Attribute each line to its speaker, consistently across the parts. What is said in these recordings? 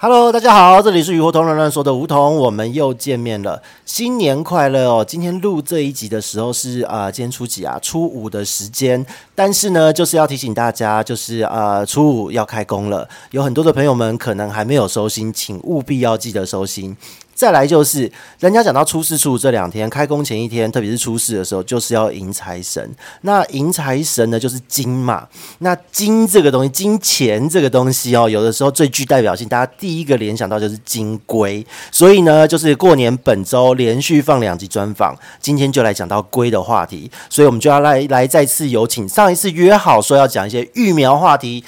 Speaker 1: Hello，大家好，这里是鱼活通乱乱说的梧桐，我们又见面了，新年快乐哦！今天录这一集的时候是啊、呃今天初几啊？初五的时间，但是呢，就是要提醒大家，就是啊、呃初五要开工了，有很多的朋友们可能还没有收心，请务必要记得收心。再来就是，人家讲到初四、初五这两天，开工前一天，特别是初四的时候，就是要迎财神。那迎财神呢，就是金嘛。那金这个东西，金钱这个东西哦，有的时候最具代表性，大家第一个联想到就是金龟。所以呢，就是过年本周连续放两集专访，今天就来讲到龟的话题。所以我们就要来来再次有请上一次约好说要讲一些育苗话题。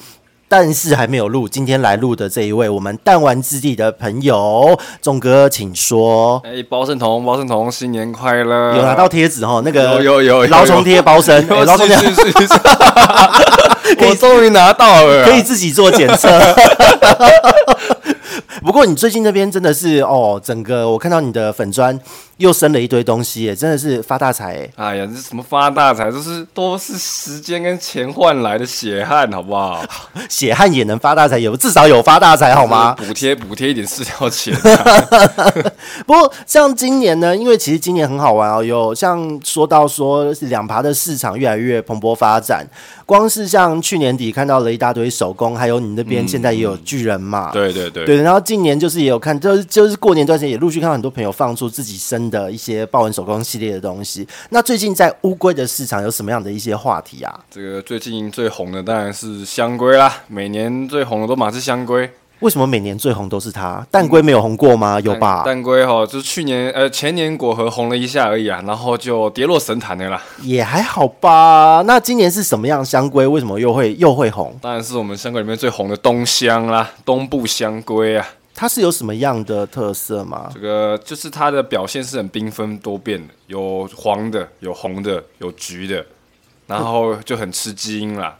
Speaker 1: 但是还没有录，今天来录的这一位，我们弹丸之地的朋友，钟哥，请说。
Speaker 2: 哎、包圣童，包圣童，新年快乐！
Speaker 1: 有拿 到贴纸哈，那个
Speaker 2: 呃有有有有
Speaker 1: 劳虫贴包身，
Speaker 2: 有哦
Speaker 1: 哎劳虫贴
Speaker 2: 是是是是， 我终于拿到了啊，
Speaker 1: 可以自己做检测。 不过你最近那边真的是哦，整个我看到你的粉砖又生了一堆东西耶，哎真的是发大财耶。
Speaker 2: 哎呀，这什么发大财，这是都是时间跟钱换来的血汗，好不好？
Speaker 1: 哎血汗也能发大财，有至少有发大财好吗？
Speaker 2: 就是补贴补贴一点饲料 钱，
Speaker 1: 不过像今年呢，因为其实今年很好玩哦，有像说到说两爬的市场越来越蓬勃发展，光是像去年底看到了一大堆手工，还有你那边现在也有巨人嘛，
Speaker 2: 对对对，
Speaker 1: 对，然后近年就是也有看，就是就是过年段时间也陆续看到很多朋友放出自己生的一些豹纹手工系列的东西。那最近在乌龟的市场有什么样的一些话题啊？
Speaker 2: 这个最近最红的当然是香龟啦，每年最红的都嘛是香龟，
Speaker 1: 为什么每年最红都是它？蛋龟没有红过吗？有吧？
Speaker 2: 蛋龟哈，就是去年呃前年果核红了一下而已啊，然后就跌落神坛了啦。
Speaker 1: 也还好吧。那今年是什么样香龟？为什么又会又会红？
Speaker 2: 当然是我们香龟里面最红的东香啦，东部香龟啊。
Speaker 1: 它是有什么样的特色吗？
Speaker 2: 这个就是它的表现是很缤纷多变的，有黄的，有红的，有橘的，然后就很吃基因啦。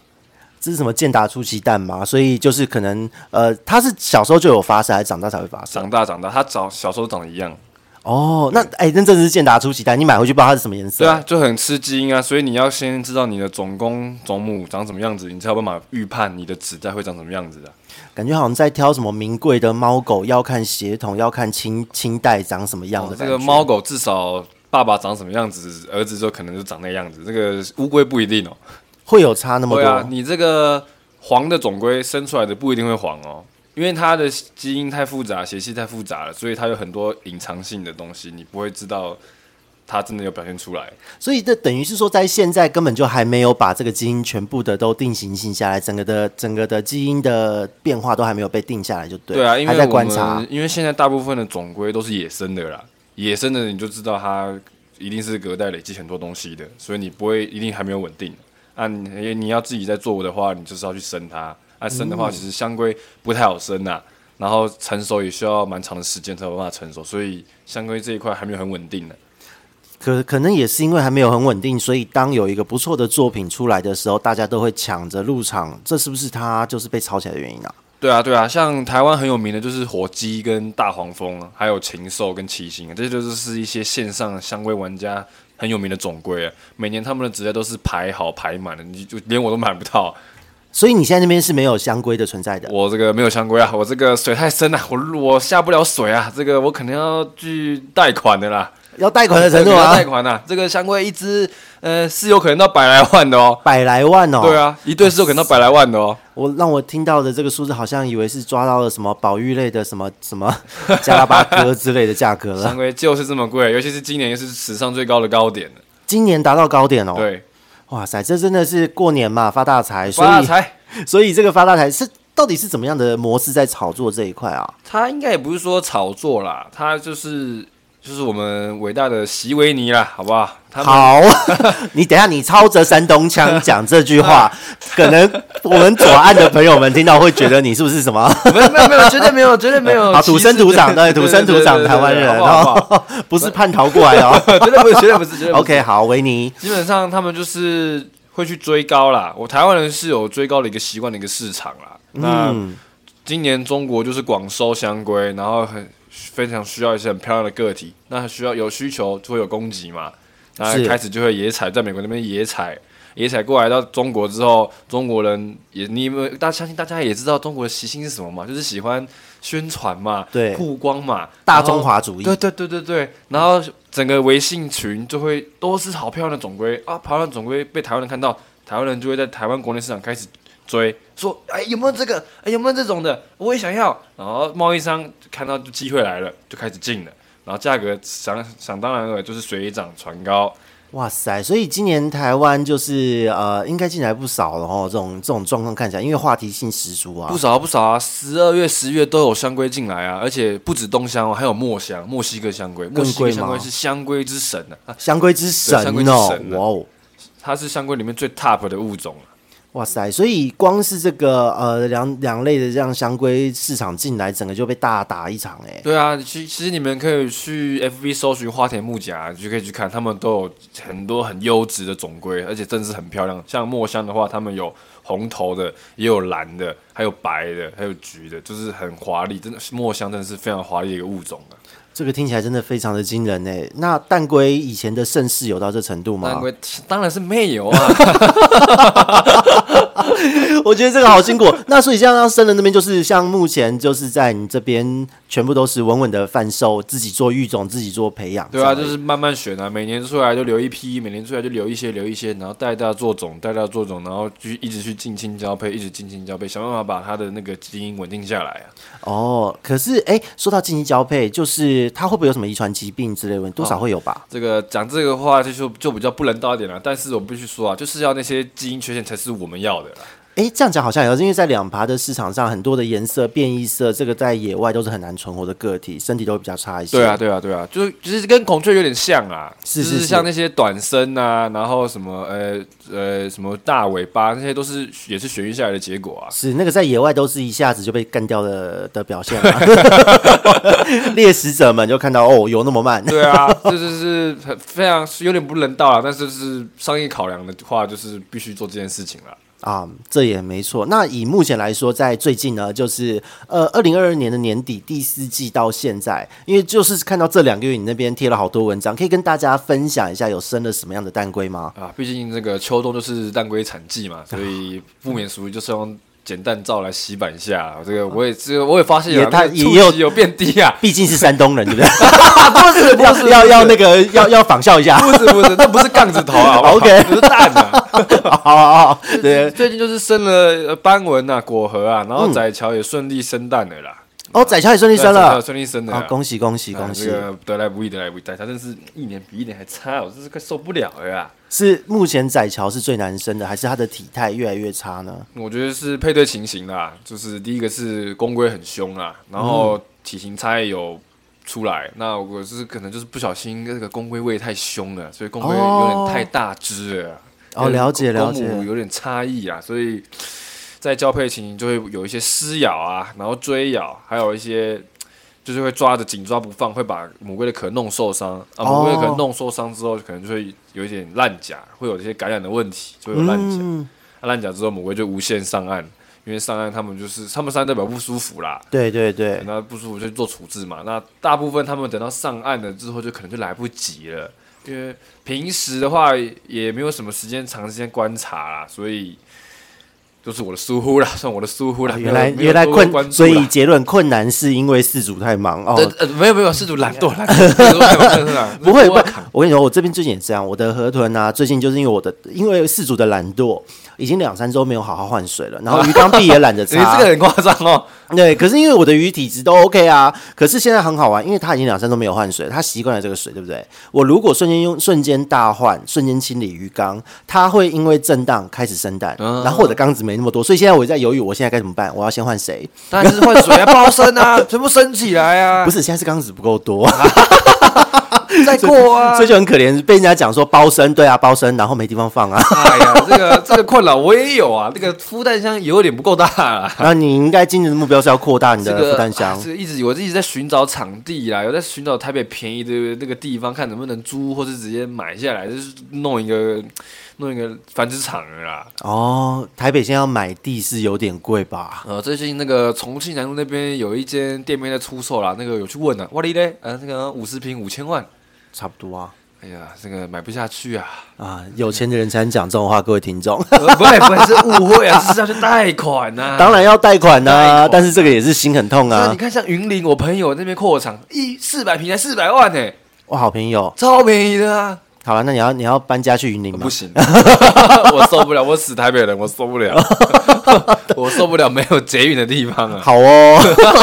Speaker 1: 这是什么健达出奇蛋吗？所以就是可能呃，它是小时候就有发生，还是长大才会发生？
Speaker 2: 长大长大，它长小时候长得一样，
Speaker 1: 哦，那哎、那真的是健达出奇蛋，你买回去不知道它是什么颜色。
Speaker 2: 对啊，就很吃基因啊。所以你要先知道你的种公种母长什么样子，你才有办法预判你的子代会长什么样子的、啊
Speaker 1: 感觉好像在挑什么名贵的猫狗，要看血统，要看清清代长什么样的
Speaker 2: 哦这
Speaker 1: 哦感觉。
Speaker 2: 个猫狗至少爸爸长什么样子，儿子就可能就长那样子。这个乌龟不一定哦。
Speaker 1: 会有差那么
Speaker 2: 对
Speaker 1: 多，
Speaker 2: 啊，你这个黄的种龟生出来的不一定会黄哦，因为它的基因太复杂，血系太复杂了，所以它有很多隐藏性的东西，你不会知道它真的有表现出来。
Speaker 1: 所以这等于是说，在现在根本就还没有把这个基因全部的都定型性下来，整个的整个的基因的变化都还没有被定下来，就对了
Speaker 2: 对啊，因为
Speaker 1: 还
Speaker 2: 我
Speaker 1: 在
Speaker 2: 们
Speaker 1: 观察。
Speaker 2: 因为现在大部分的种龟都是野生的啦，野生的你就知道它一定是隔代累积很多东西的，所以你不会一定还没有稳定。啊，你你要自己在做的话，你就是要去生它。啊，生的话，
Speaker 1: 嗯
Speaker 2: 其实香龟不太好生呐、然后成熟也需要蛮长的时间才有办法成熟，所以香龟这一块还没有很稳定呢、
Speaker 1: 可可能也是因为还没有很稳定，所以当有一个不错的作品出来的时候，大家都会抢着入场。这是不是它就是被炒起来的原因啊？
Speaker 2: 对啊，对啊，像台湾很有名的就是火鸡跟大黄蜂啊，还有禽兽跟七星啊，这些就是是一些线上香龟玩家很有名的种龟啊。每年他们的职业都是排好排满的，你就连我都买不到。
Speaker 1: 所以你现在那边是没有香龟的存在的。
Speaker 2: 我这个没有香龟啊，我这个水太深了、我我下不了水啊，这个我肯定要去贷款的啦。
Speaker 1: 要贷款的程度
Speaker 2: 要
Speaker 1: 啊
Speaker 2: 贷，款啊，这个香龟一只呃是有可能到百来万的哦。
Speaker 1: 百来万哦。
Speaker 2: 对啊，一对是有可能到百来万的哦。
Speaker 1: 我让我听到的这个数字，好像以为是抓到了什么保育类的什么什么 加拉巴哥之类的价格了，
Speaker 2: 香龟就是这么贵，尤其是今年又是史上最高的高点了。
Speaker 1: 今年达到高点哦。，
Speaker 2: 对，
Speaker 1: 哇塞，这真的是过年嘛发大财，所
Speaker 2: 发大
Speaker 1: 以
Speaker 2: 财。
Speaker 1: 所以这个发大财是到底是怎么样的模式在炒作这一块啊？
Speaker 2: 他应该也不是说炒作啦，他就是就是我们伟大的席维尼啦，好不好？他们
Speaker 1: 好， 你等一下你操着山东腔讲这句 话，可能我们左岸的朋友们听到会觉得你是不是什么
Speaker 2: 没有没有没有，绝对没有，绝对没有
Speaker 1: 啊
Speaker 2: 歧视
Speaker 1: 土生土长
Speaker 2: 对
Speaker 1: 对土生土长台湾人，
Speaker 2: 对对对对好
Speaker 1: 然
Speaker 2: 不好好
Speaker 1: 后 不是叛逃过来的哦。
Speaker 2: 不好绝 对不是，绝对不是，绝对不是
Speaker 1: OK，好，维尼。
Speaker 2: 基本上他们就是会去追高啦。我台湾人是有追高的一个习惯的一个市场啦。那、
Speaker 1: 嗯
Speaker 2: 今年中国就是广收香龟，然后很非常需要一些很漂亮的个体，那需要有需求就会有供给嘛，那
Speaker 1: 是
Speaker 2: 开始就会野采，在美国那边野采。野采过来到中国之后，中国人也你们大家相信大家也知道中国的习性是什么嘛，就是喜欢宣传嘛，
Speaker 1: 对
Speaker 2: 曝光嘛，
Speaker 1: 大
Speaker 2: 然后
Speaker 1: 中华主义
Speaker 2: 对对对对对，然后整个微信群就会都是好漂亮的总龟啊，漂亮的总龟被台湾人看到，台湾人就会在台湾国内市场开始追，说哎有没有这个，哎有没有这种的，我也想要。然后贸易商看到机会来了，就开始进了，然后价格想想当然了就是水涨船高，
Speaker 1: 哇塞！所以今年台湾就是呃，应该进来不少了哦。这种这种状况看起来，因为话题性十足啊
Speaker 2: 不。少啊不少啊，十二月、十月都有香龟进来啊，而且不止东香哦，还有墨香、墨西哥香龟，墨西哥
Speaker 1: 贵
Speaker 2: 香龟
Speaker 1: 吗
Speaker 2: 是香龟之神啊，啊
Speaker 1: 香龟之神
Speaker 2: 对香龟之
Speaker 1: 哦，
Speaker 2: 神啊
Speaker 1: 哇哦！
Speaker 2: 它是香龟里面最 top 的物种了、
Speaker 1: 哇塞！所以光是这个呃两两类的这样香龟市场进来，整个就被大打一场哎、
Speaker 2: 对啊，其其实你们可以去 FB 搜寻花田木甲，就可以去看，他们都有很多很优质的种龟，而且真的是很漂亮。像墨香的话，他们有红头的，也有蓝的，还有白的，还有橘的，就是很华丽。真的，墨香真的是非常华丽的一个物种啊。
Speaker 1: 这个听起来真的非常的惊人哎、那蛋龟以前的盛世有到这程度
Speaker 2: 当
Speaker 1: 吗？
Speaker 2: 然当然是没有啊，
Speaker 1: 我觉得这个好辛苦。那所以像要生人那边，就是像目前就是在你这边全部都是稳稳的贩售，自己做育种，自己做培养。
Speaker 2: 对啊，
Speaker 1: 这
Speaker 2: 就
Speaker 1: 样而已
Speaker 2: 是慢慢选啊，每年出来就留一批，每年出来就留一些，留一些，然后带大做种，带大做种，然后就一直去近亲交配，一直近亲交配，想办法把它的那个基因稳定下来啊。
Speaker 1: 哦。可是哎、说到近亲交配，就是它会不会有什么遗传疾病之类的问题？多少会有吧？
Speaker 2: 这个讲这个话就就就比较不人道一点了，但是我必须说啊，就是要那些基因缺陷才是我们要的啦。
Speaker 1: 哎、这样讲好像也是，因为在两爬的市场上，很多的颜色、变异色，这个在野外都是很难存活的个体，身体都会比较差一些。
Speaker 2: 对啊，，对啊，对啊，就是其实跟孔雀有点像啊，
Speaker 1: 是
Speaker 2: 就是
Speaker 1: 是
Speaker 2: 像那些短身啊，然后什么呃呃什么大尾巴那些都是也是选育下来的结果啊。
Speaker 1: 是那个在野外都是一下子就被干掉的的表现 嘛。猎食者们就看到哦，游那么慢，
Speaker 2: 对啊，这 就是很非常有点不人道啊，但是就是商业考量的话，就是必须做这件事情了。
Speaker 1: 啊，这也没错。那以目前来说，在最近呢，就是呃，二零二二年的年底第四季到现在，因为就是看到这两个月你那边贴了好多文章，可以跟大家分享一下有生了什么样的蛋龟吗？
Speaker 2: 啊，毕竟这个秋冬就是蛋龟产 季嘛，所以不免俗就是用简蛋皂来洗版一下。这个我也这个我也发现
Speaker 1: 啊也
Speaker 2: 有
Speaker 1: 太
Speaker 2: 它
Speaker 1: 也有。
Speaker 2: 有变低啊
Speaker 1: 毕竟是山东人，对不对？ 不是，不是，要要那个要要仿效一 下。
Speaker 2: 不是不是，那不是杠子头啊好不好
Speaker 1: OK
Speaker 2: 不是蛋啊。
Speaker 1: 好好好， 对。
Speaker 2: 最近就是生了呃斑纹啊、果核啊，然后仔桥也顺利生蛋了啦，
Speaker 1: 哦，仔乔也顺利生
Speaker 2: 仔桥
Speaker 1: 了哎
Speaker 2: 也，顺利生了
Speaker 1: 好
Speaker 2: 啦。，
Speaker 1: 恭喜恭喜
Speaker 2: 啊
Speaker 1: 恭喜
Speaker 2: 这！个得来不易，得来不易，仔桥真是一年比一年还差，我真是快受不了了啊！
Speaker 1: 是目前仔乔是最难生的，还是他的体态越来越差呢？
Speaker 2: 我觉得是配对情形啦，就是第一个是公龟很凶啦，然
Speaker 1: 嗯
Speaker 2: 后体型差异有出来。那我是可能就是不小心那个公龟喂太凶了，所以公龟有点太大只了。
Speaker 1: 哦了解
Speaker 2: 跟
Speaker 1: 了解
Speaker 2: 公母有点差异啊，所以在交配情形就会有一些撕咬啊，然后追咬，还有一些。就是会抓着紧抓不放，会把母龟的壳弄受伤啊。母龟的
Speaker 1: 哦
Speaker 2: 壳弄受伤之后，可能就会有一点烂甲，会有一些感染的问题，就会有烂甲。
Speaker 1: 嗯，
Speaker 2: 啊烂甲之后，母龟就无限上岸，因为上岸他们就是他们上岸代表不舒服啦，
Speaker 1: 对对对
Speaker 2: 等，到不舒服就做处置嘛。那大部分他们等到上岸了之后，就可能就来不及了，因为平时的话也没有什么时间长时间观察啦，所以就是我的疏忽啦，算我的疏忽啦。
Speaker 1: 哦原来
Speaker 2: 没有
Speaker 1: 原来
Speaker 2: 没有多关
Speaker 1: 困，
Speaker 2: 注
Speaker 1: 所以
Speaker 2: 啦
Speaker 1: 结论困难是因为事主太忙
Speaker 2: 对
Speaker 1: 哦。
Speaker 2: 呃没有没有，事主懒 惰懒惰，
Speaker 1: 不会，不
Speaker 2: 会
Speaker 1: 会，我跟你说，我这边最近也这样。我的河豚啊，最近就是因为我的，因为事主的懒惰，已经两三周没有好好换水了，然后鱼缸壁也懒得
Speaker 2: 你
Speaker 1: 擦。
Speaker 2: 这个很夸张哦。
Speaker 1: 对，可是因为我的鱼体质都 OK 啊，可是现在很好玩，因为它已经两三周没有换水，它习惯了这个水，对不对？我如果瞬间用瞬间大换，瞬间清理鱼缸，它会因为震荡开始生蛋，
Speaker 2: 嗯
Speaker 1: 然后我的缸子没那么多，所以现在我在犹豫，我现在该怎么办？我要先换谁？
Speaker 2: 但是换水啊，包身啊，全部升起来 啊
Speaker 1: 不，是，现在是缸子不够多，
Speaker 2: 哎再过啊
Speaker 1: 所以就很可怜，被人家讲说包身，对啊，包身，然后没地方放 啊。
Speaker 2: 哎呀，这个这个困扰我也有啊，这个孵蛋箱有点不够大啊。
Speaker 1: 然后你应该今年的目标是要扩大你
Speaker 2: 这
Speaker 1: 的
Speaker 2: 个
Speaker 1: 负担箱。
Speaker 2: 啊这个一直我一直在寻找场地啦，有在寻找台北便宜的那个地方，看能不能租或是直接买下来，就是弄一个弄一个繁殖场了啦。
Speaker 1: 哦，台北现在要买地是有点贵吧？
Speaker 2: 呃，最近那个重庆南路那边有一间店面在出售啦，那个有去问了、哇哩嘞，呃，那个五十平五千万，
Speaker 1: 差不多啊。
Speaker 2: 哎呀，这个买不下去啊，
Speaker 1: 啊，有钱的人才能讲这种话，各位听众。
Speaker 2: 呃、不会不会是误会啊，是要去贷款呐、
Speaker 1: 当然要贷款呐、
Speaker 2: 啊贷款
Speaker 1: 但是这个也是心很痛
Speaker 2: 那
Speaker 1: 啊
Speaker 2: 你。看，像云林，我朋友那边扩厂，一四百平才四百万呢、
Speaker 1: 哇，好朋友，
Speaker 2: 超便宜的啊！
Speaker 1: 好了，那你要你要搬家去云林吗
Speaker 2: 不？行， 我受不了，我死台北人，我受 不了，我受不了没有捷运的地方啊！
Speaker 1: 好哦，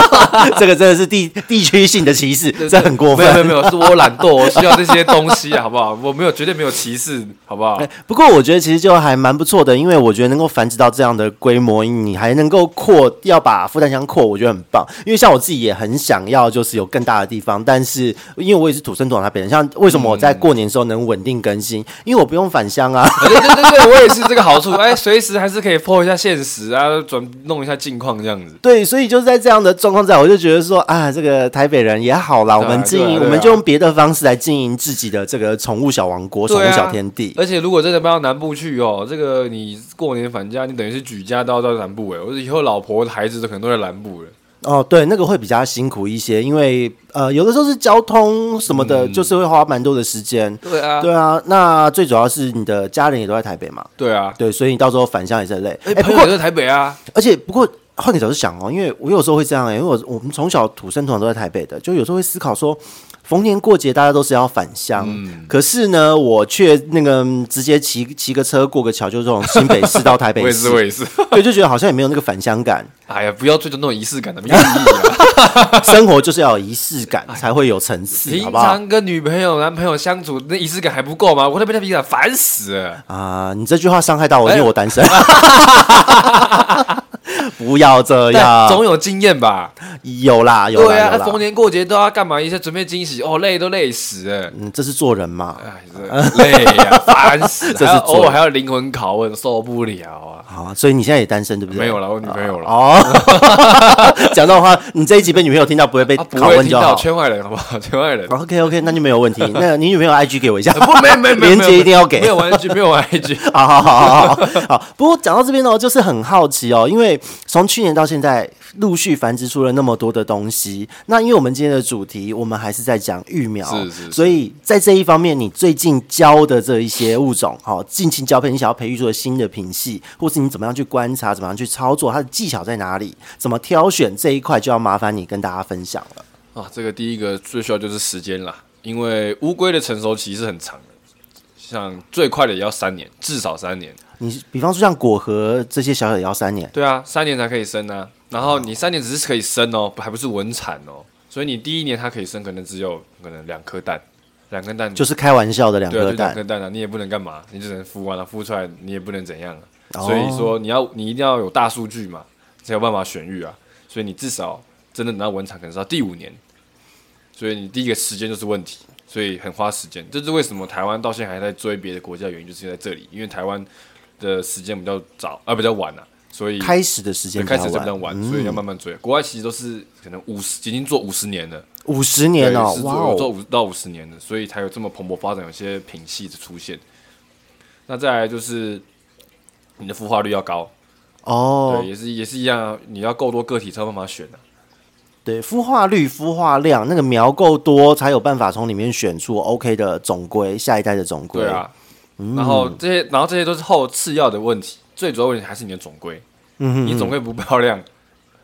Speaker 1: 这个真的是地地区性的歧视，这很过
Speaker 2: 没有没有
Speaker 1: 分。
Speaker 2: 没有，是我懒惰，我需要这些东西啊，好不好？我没有绝对没有歧视，好不好？
Speaker 1: 不过我觉得其实就还蛮不错的，因为我觉得能够繁殖到这样的规模，你还能够扩，要把孵蛋箱扩，我觉得很棒。因为像我自己也很想要，就是有更大的地方，但是因为我也是土生土长台北人，像为什么我在过年的时候能稳定更新？因为我不用返乡啊。
Speaker 2: 对对对对，我也是这个好处，哎，随时还是可以破一下现实啊，转弄一下近况这样子。
Speaker 1: 对，所以就是在这样的状况下，我就觉得说啊，这个台北人也好啦，我们经营，
Speaker 2: 对啊
Speaker 1: 我们就用别的方式来经营自己的这个宠物小王国、宠
Speaker 2: 对啊
Speaker 1: 物小天地。
Speaker 2: 而且如果真的搬到南部去哦，这个你过年返家，你等于是举家都要到南部哎，我以后老婆孩子都可能都在南部了。
Speaker 1: 哦，对，那个会比较辛苦一些，因为呃，有的时候是交通什么的，就是会花蛮多的时间。
Speaker 2: 对嗯啊，
Speaker 1: 对啊，那最主要是你的家人也都在台北嘛，
Speaker 2: 对啊，
Speaker 1: 对，所以你到时候返乡也是很累。
Speaker 2: 哎、
Speaker 1: 哎
Speaker 2: 朋友也在台北啊，
Speaker 1: 而且不过换个角度想哦，因为我有时候会这样、欸，因为我我们从小土生土长都在台北的，就有时候会思考说，逢年过节大家都是要返乡，
Speaker 2: 嗯
Speaker 1: 可是呢，我却那个嗯直接骑骑个车过个桥，就从新北市到台
Speaker 2: 我
Speaker 1: 北
Speaker 2: 也
Speaker 1: 市
Speaker 2: 是，，我也是。
Speaker 1: 对，就觉得好像也没有那个返乡感，
Speaker 2: 哎呀，不要追求那种仪式感的，没有意义啊。
Speaker 1: 生活就是要有仪式感，才会有层 次，好
Speaker 2: 哎平
Speaker 1: 不好？
Speaker 2: 常跟女朋友、男朋友相处，那仪式感还不够吗？我在被那仪式感烦死了。
Speaker 1: 啊、你这句话伤害到我，
Speaker 2: 哎
Speaker 1: 因为我单身。 不要这
Speaker 2: 但
Speaker 1: 样，
Speaker 2: 哎总有经验吧？
Speaker 1: 有啦有啦
Speaker 2: 对
Speaker 1: 有
Speaker 2: 啊，
Speaker 1: 啦，
Speaker 2: 逢年过节都要干嘛一些准备惊喜，哦，累都累死 了。
Speaker 1: 嗯，这是做人嘛。
Speaker 2: 哎，这累呀、烦死 了！
Speaker 1: 这是
Speaker 2: 还要偶
Speaker 1: 做
Speaker 2: 尔还要灵魂拷问，受不了啊！
Speaker 1: 好啊，所以你现在也单身对不对？
Speaker 2: 没有了，我女朋友了，
Speaker 1: 哦， 讲这种话，你这一集被女朋友听到不会被
Speaker 2: 她啊不
Speaker 1: 拷
Speaker 2: 会
Speaker 1: 问
Speaker 2: 听
Speaker 1: 就
Speaker 2: 到
Speaker 1: 好。
Speaker 2: 圈外人，好不好？圈外人，
Speaker 1: OK OK，那就没有问题。那你女朋友 IG 给我一下，
Speaker 2: 呃不，没没 没，
Speaker 1: 连接一定要给
Speaker 2: 没有玩具，没有玩具。
Speaker 1: 好 好好好好好好。不过讲到这边呢，就是很好奇哦，因为从去年到现在，陆续繁殖出了那么多的东西。那因为我们今天的主题，我们还是在讲育苗，
Speaker 2: 是是是
Speaker 1: 所以在这一方面，你最近教的这一些物种，好、近亲交配，你想要培育出的新的品系，或是你怎么样去观察，怎么样去操作，它的技巧在哪里，怎么挑选这一块，就要麻烦你跟大家分享了。
Speaker 2: 啊，这个第一个最需要就是时间啦，因为乌龟的成熟期是很长的，像最快的也要三年，至少三年。
Speaker 1: 你比方说像果核这些小小的要三年，
Speaker 2: 对啊，三年才可以生啊。然后你三年只是可以生哦，还不是稳产哦。所以你第一年它可以生，可能只有可能两颗蛋，两颗蛋
Speaker 1: 就是开玩笑的两
Speaker 2: 对啊，
Speaker 1: 颗
Speaker 2: 就两
Speaker 1: 蛋
Speaker 2: 颗蛋啊，你也不能干嘛，你只能孵完了、孵出来你也不能怎样啊。
Speaker 1: 哦
Speaker 2: 所以说你要你一定要有大数据嘛，才有办法选育啊。所以你至少真的等到文产，可能是到第五年，所以你第一个时间就是问题，所以很花时间。这是为什么台湾到现在还在追别的国家的原因，就是在这里，因为台湾的时间比较早，啊比较晚啊，所以
Speaker 1: 开始的时间
Speaker 2: 对
Speaker 1: 比较
Speaker 2: 开始就比较
Speaker 1: 晚嗯
Speaker 2: 晚，所以要慢慢追。国外其实都是可能五十已经做五十年了。
Speaker 1: 五十年哦
Speaker 2: 对，是
Speaker 1: 哇
Speaker 2: 左右
Speaker 1: 哦
Speaker 2: 做！五到五十年的，所以才有这么蓬勃发展，有些品系的出现。那再来就是你的孵化率要高，
Speaker 1: 哦
Speaker 2: 对，，也是也是一样啊，你要够多个体才有办法选啊。
Speaker 1: 对，孵化率、孵化量，那个苗够多，才有办法从里面选出 OK 的总龟，下一代的总龟。
Speaker 2: 对，啊，
Speaker 1: 嗯
Speaker 2: 然后这些然后这些都是后次要的问题，最主要问题还是你的总规，
Speaker 1: 嗯
Speaker 2: 你总归不漂亮。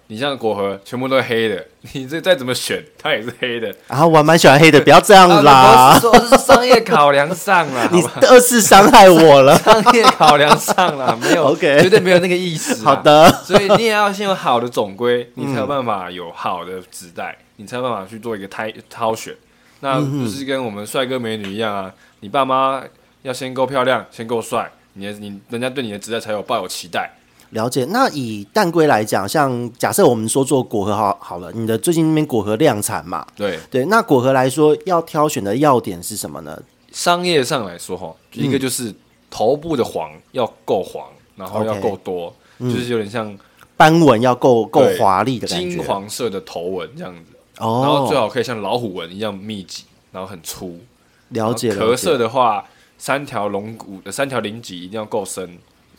Speaker 2: 你像果核全部都是黑的，你这再怎么选，它也是黑的。
Speaker 1: 然后啊我还蛮喜欢黑的，不要这样
Speaker 2: 啊
Speaker 1: 啦，
Speaker 2: 我不是说是商业考量上 了，好
Speaker 1: 你
Speaker 2: 吧。
Speaker 1: 二次伤害我了
Speaker 2: 商业考量上 了，没有
Speaker 1: OK
Speaker 2: 绝对没有那个意思。啊
Speaker 1: 好，的，
Speaker 2: 所以你也要先有好的总规，
Speaker 1: 嗯
Speaker 2: 你才有办法有好的子代，你才有办法去做一个胎挑选。那
Speaker 1: 嗯
Speaker 2: 就是跟我们帅哥美女一样啊，你爸妈要先够漂亮，先够帅，你的你人家对你的子代才有抱有期待。
Speaker 1: 了解。那以蛋龟来讲，像假设我们说做果核好好了，你的最近那边果核量产嘛？
Speaker 2: 对，
Speaker 1: 对，那果核来说，要挑选的要点是什么呢？
Speaker 2: 商业上来说哈，一
Speaker 1: 嗯
Speaker 2: 个就是头部的黄要够黄，然后要
Speaker 1: OK
Speaker 2: 够多，就是有点像
Speaker 1: 斑纹要够够
Speaker 2: 对
Speaker 1: 华丽的感
Speaker 2: 金
Speaker 1: 觉。
Speaker 2: 黄色的头纹这样子，然后最
Speaker 1: 哦，
Speaker 2: 好可以像老虎纹一样密集，然后很粗。
Speaker 1: 了解了
Speaker 2: 哦咳
Speaker 1: 解。
Speaker 2: 嗽的话三条龙骨、呃三条鳞脊一定要够深，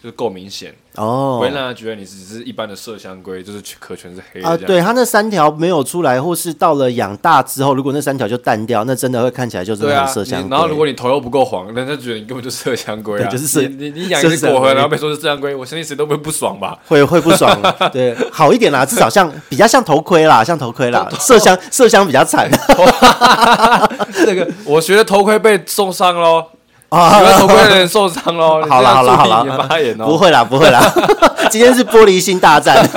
Speaker 2: 就是够明显，不
Speaker 1: 哦
Speaker 2: 会，让他觉得你只是一般的麝香龟，就是壳全是黑的
Speaker 1: 啊，
Speaker 2: 这样。
Speaker 1: 对，它那三条没有出来，或是到了养大之后，如果那三条就淡掉，那真的会看起来就真
Speaker 2: 对
Speaker 1: 的
Speaker 2: 啊，
Speaker 1: 很麝香
Speaker 2: 你
Speaker 1: 龟。
Speaker 2: 然后如果你头又不够黄，人家觉得你根本就是麝香龟啊，
Speaker 1: 对就是麝
Speaker 2: 你你你养一
Speaker 1: 麝
Speaker 2: 只
Speaker 1: 香
Speaker 2: 果核，
Speaker 1: 龟
Speaker 2: 然后被说是麝香龟，我相信谁都不会不爽吧？
Speaker 1: 会 会不爽，对，好一点啦，至少像比较像头盔 啦，像头盔啦，麝香麝香比较惨
Speaker 2: 这个我觉得头盔被受伤喽，
Speaker 1: 啊
Speaker 2: 觉得头盔的人受 伤喽。
Speaker 1: 好啦好啦好
Speaker 2: 你
Speaker 1: 啦，
Speaker 2: 发言
Speaker 1: 不
Speaker 2: 哦。
Speaker 1: 会啦不 会啦，今天是玻璃心大战，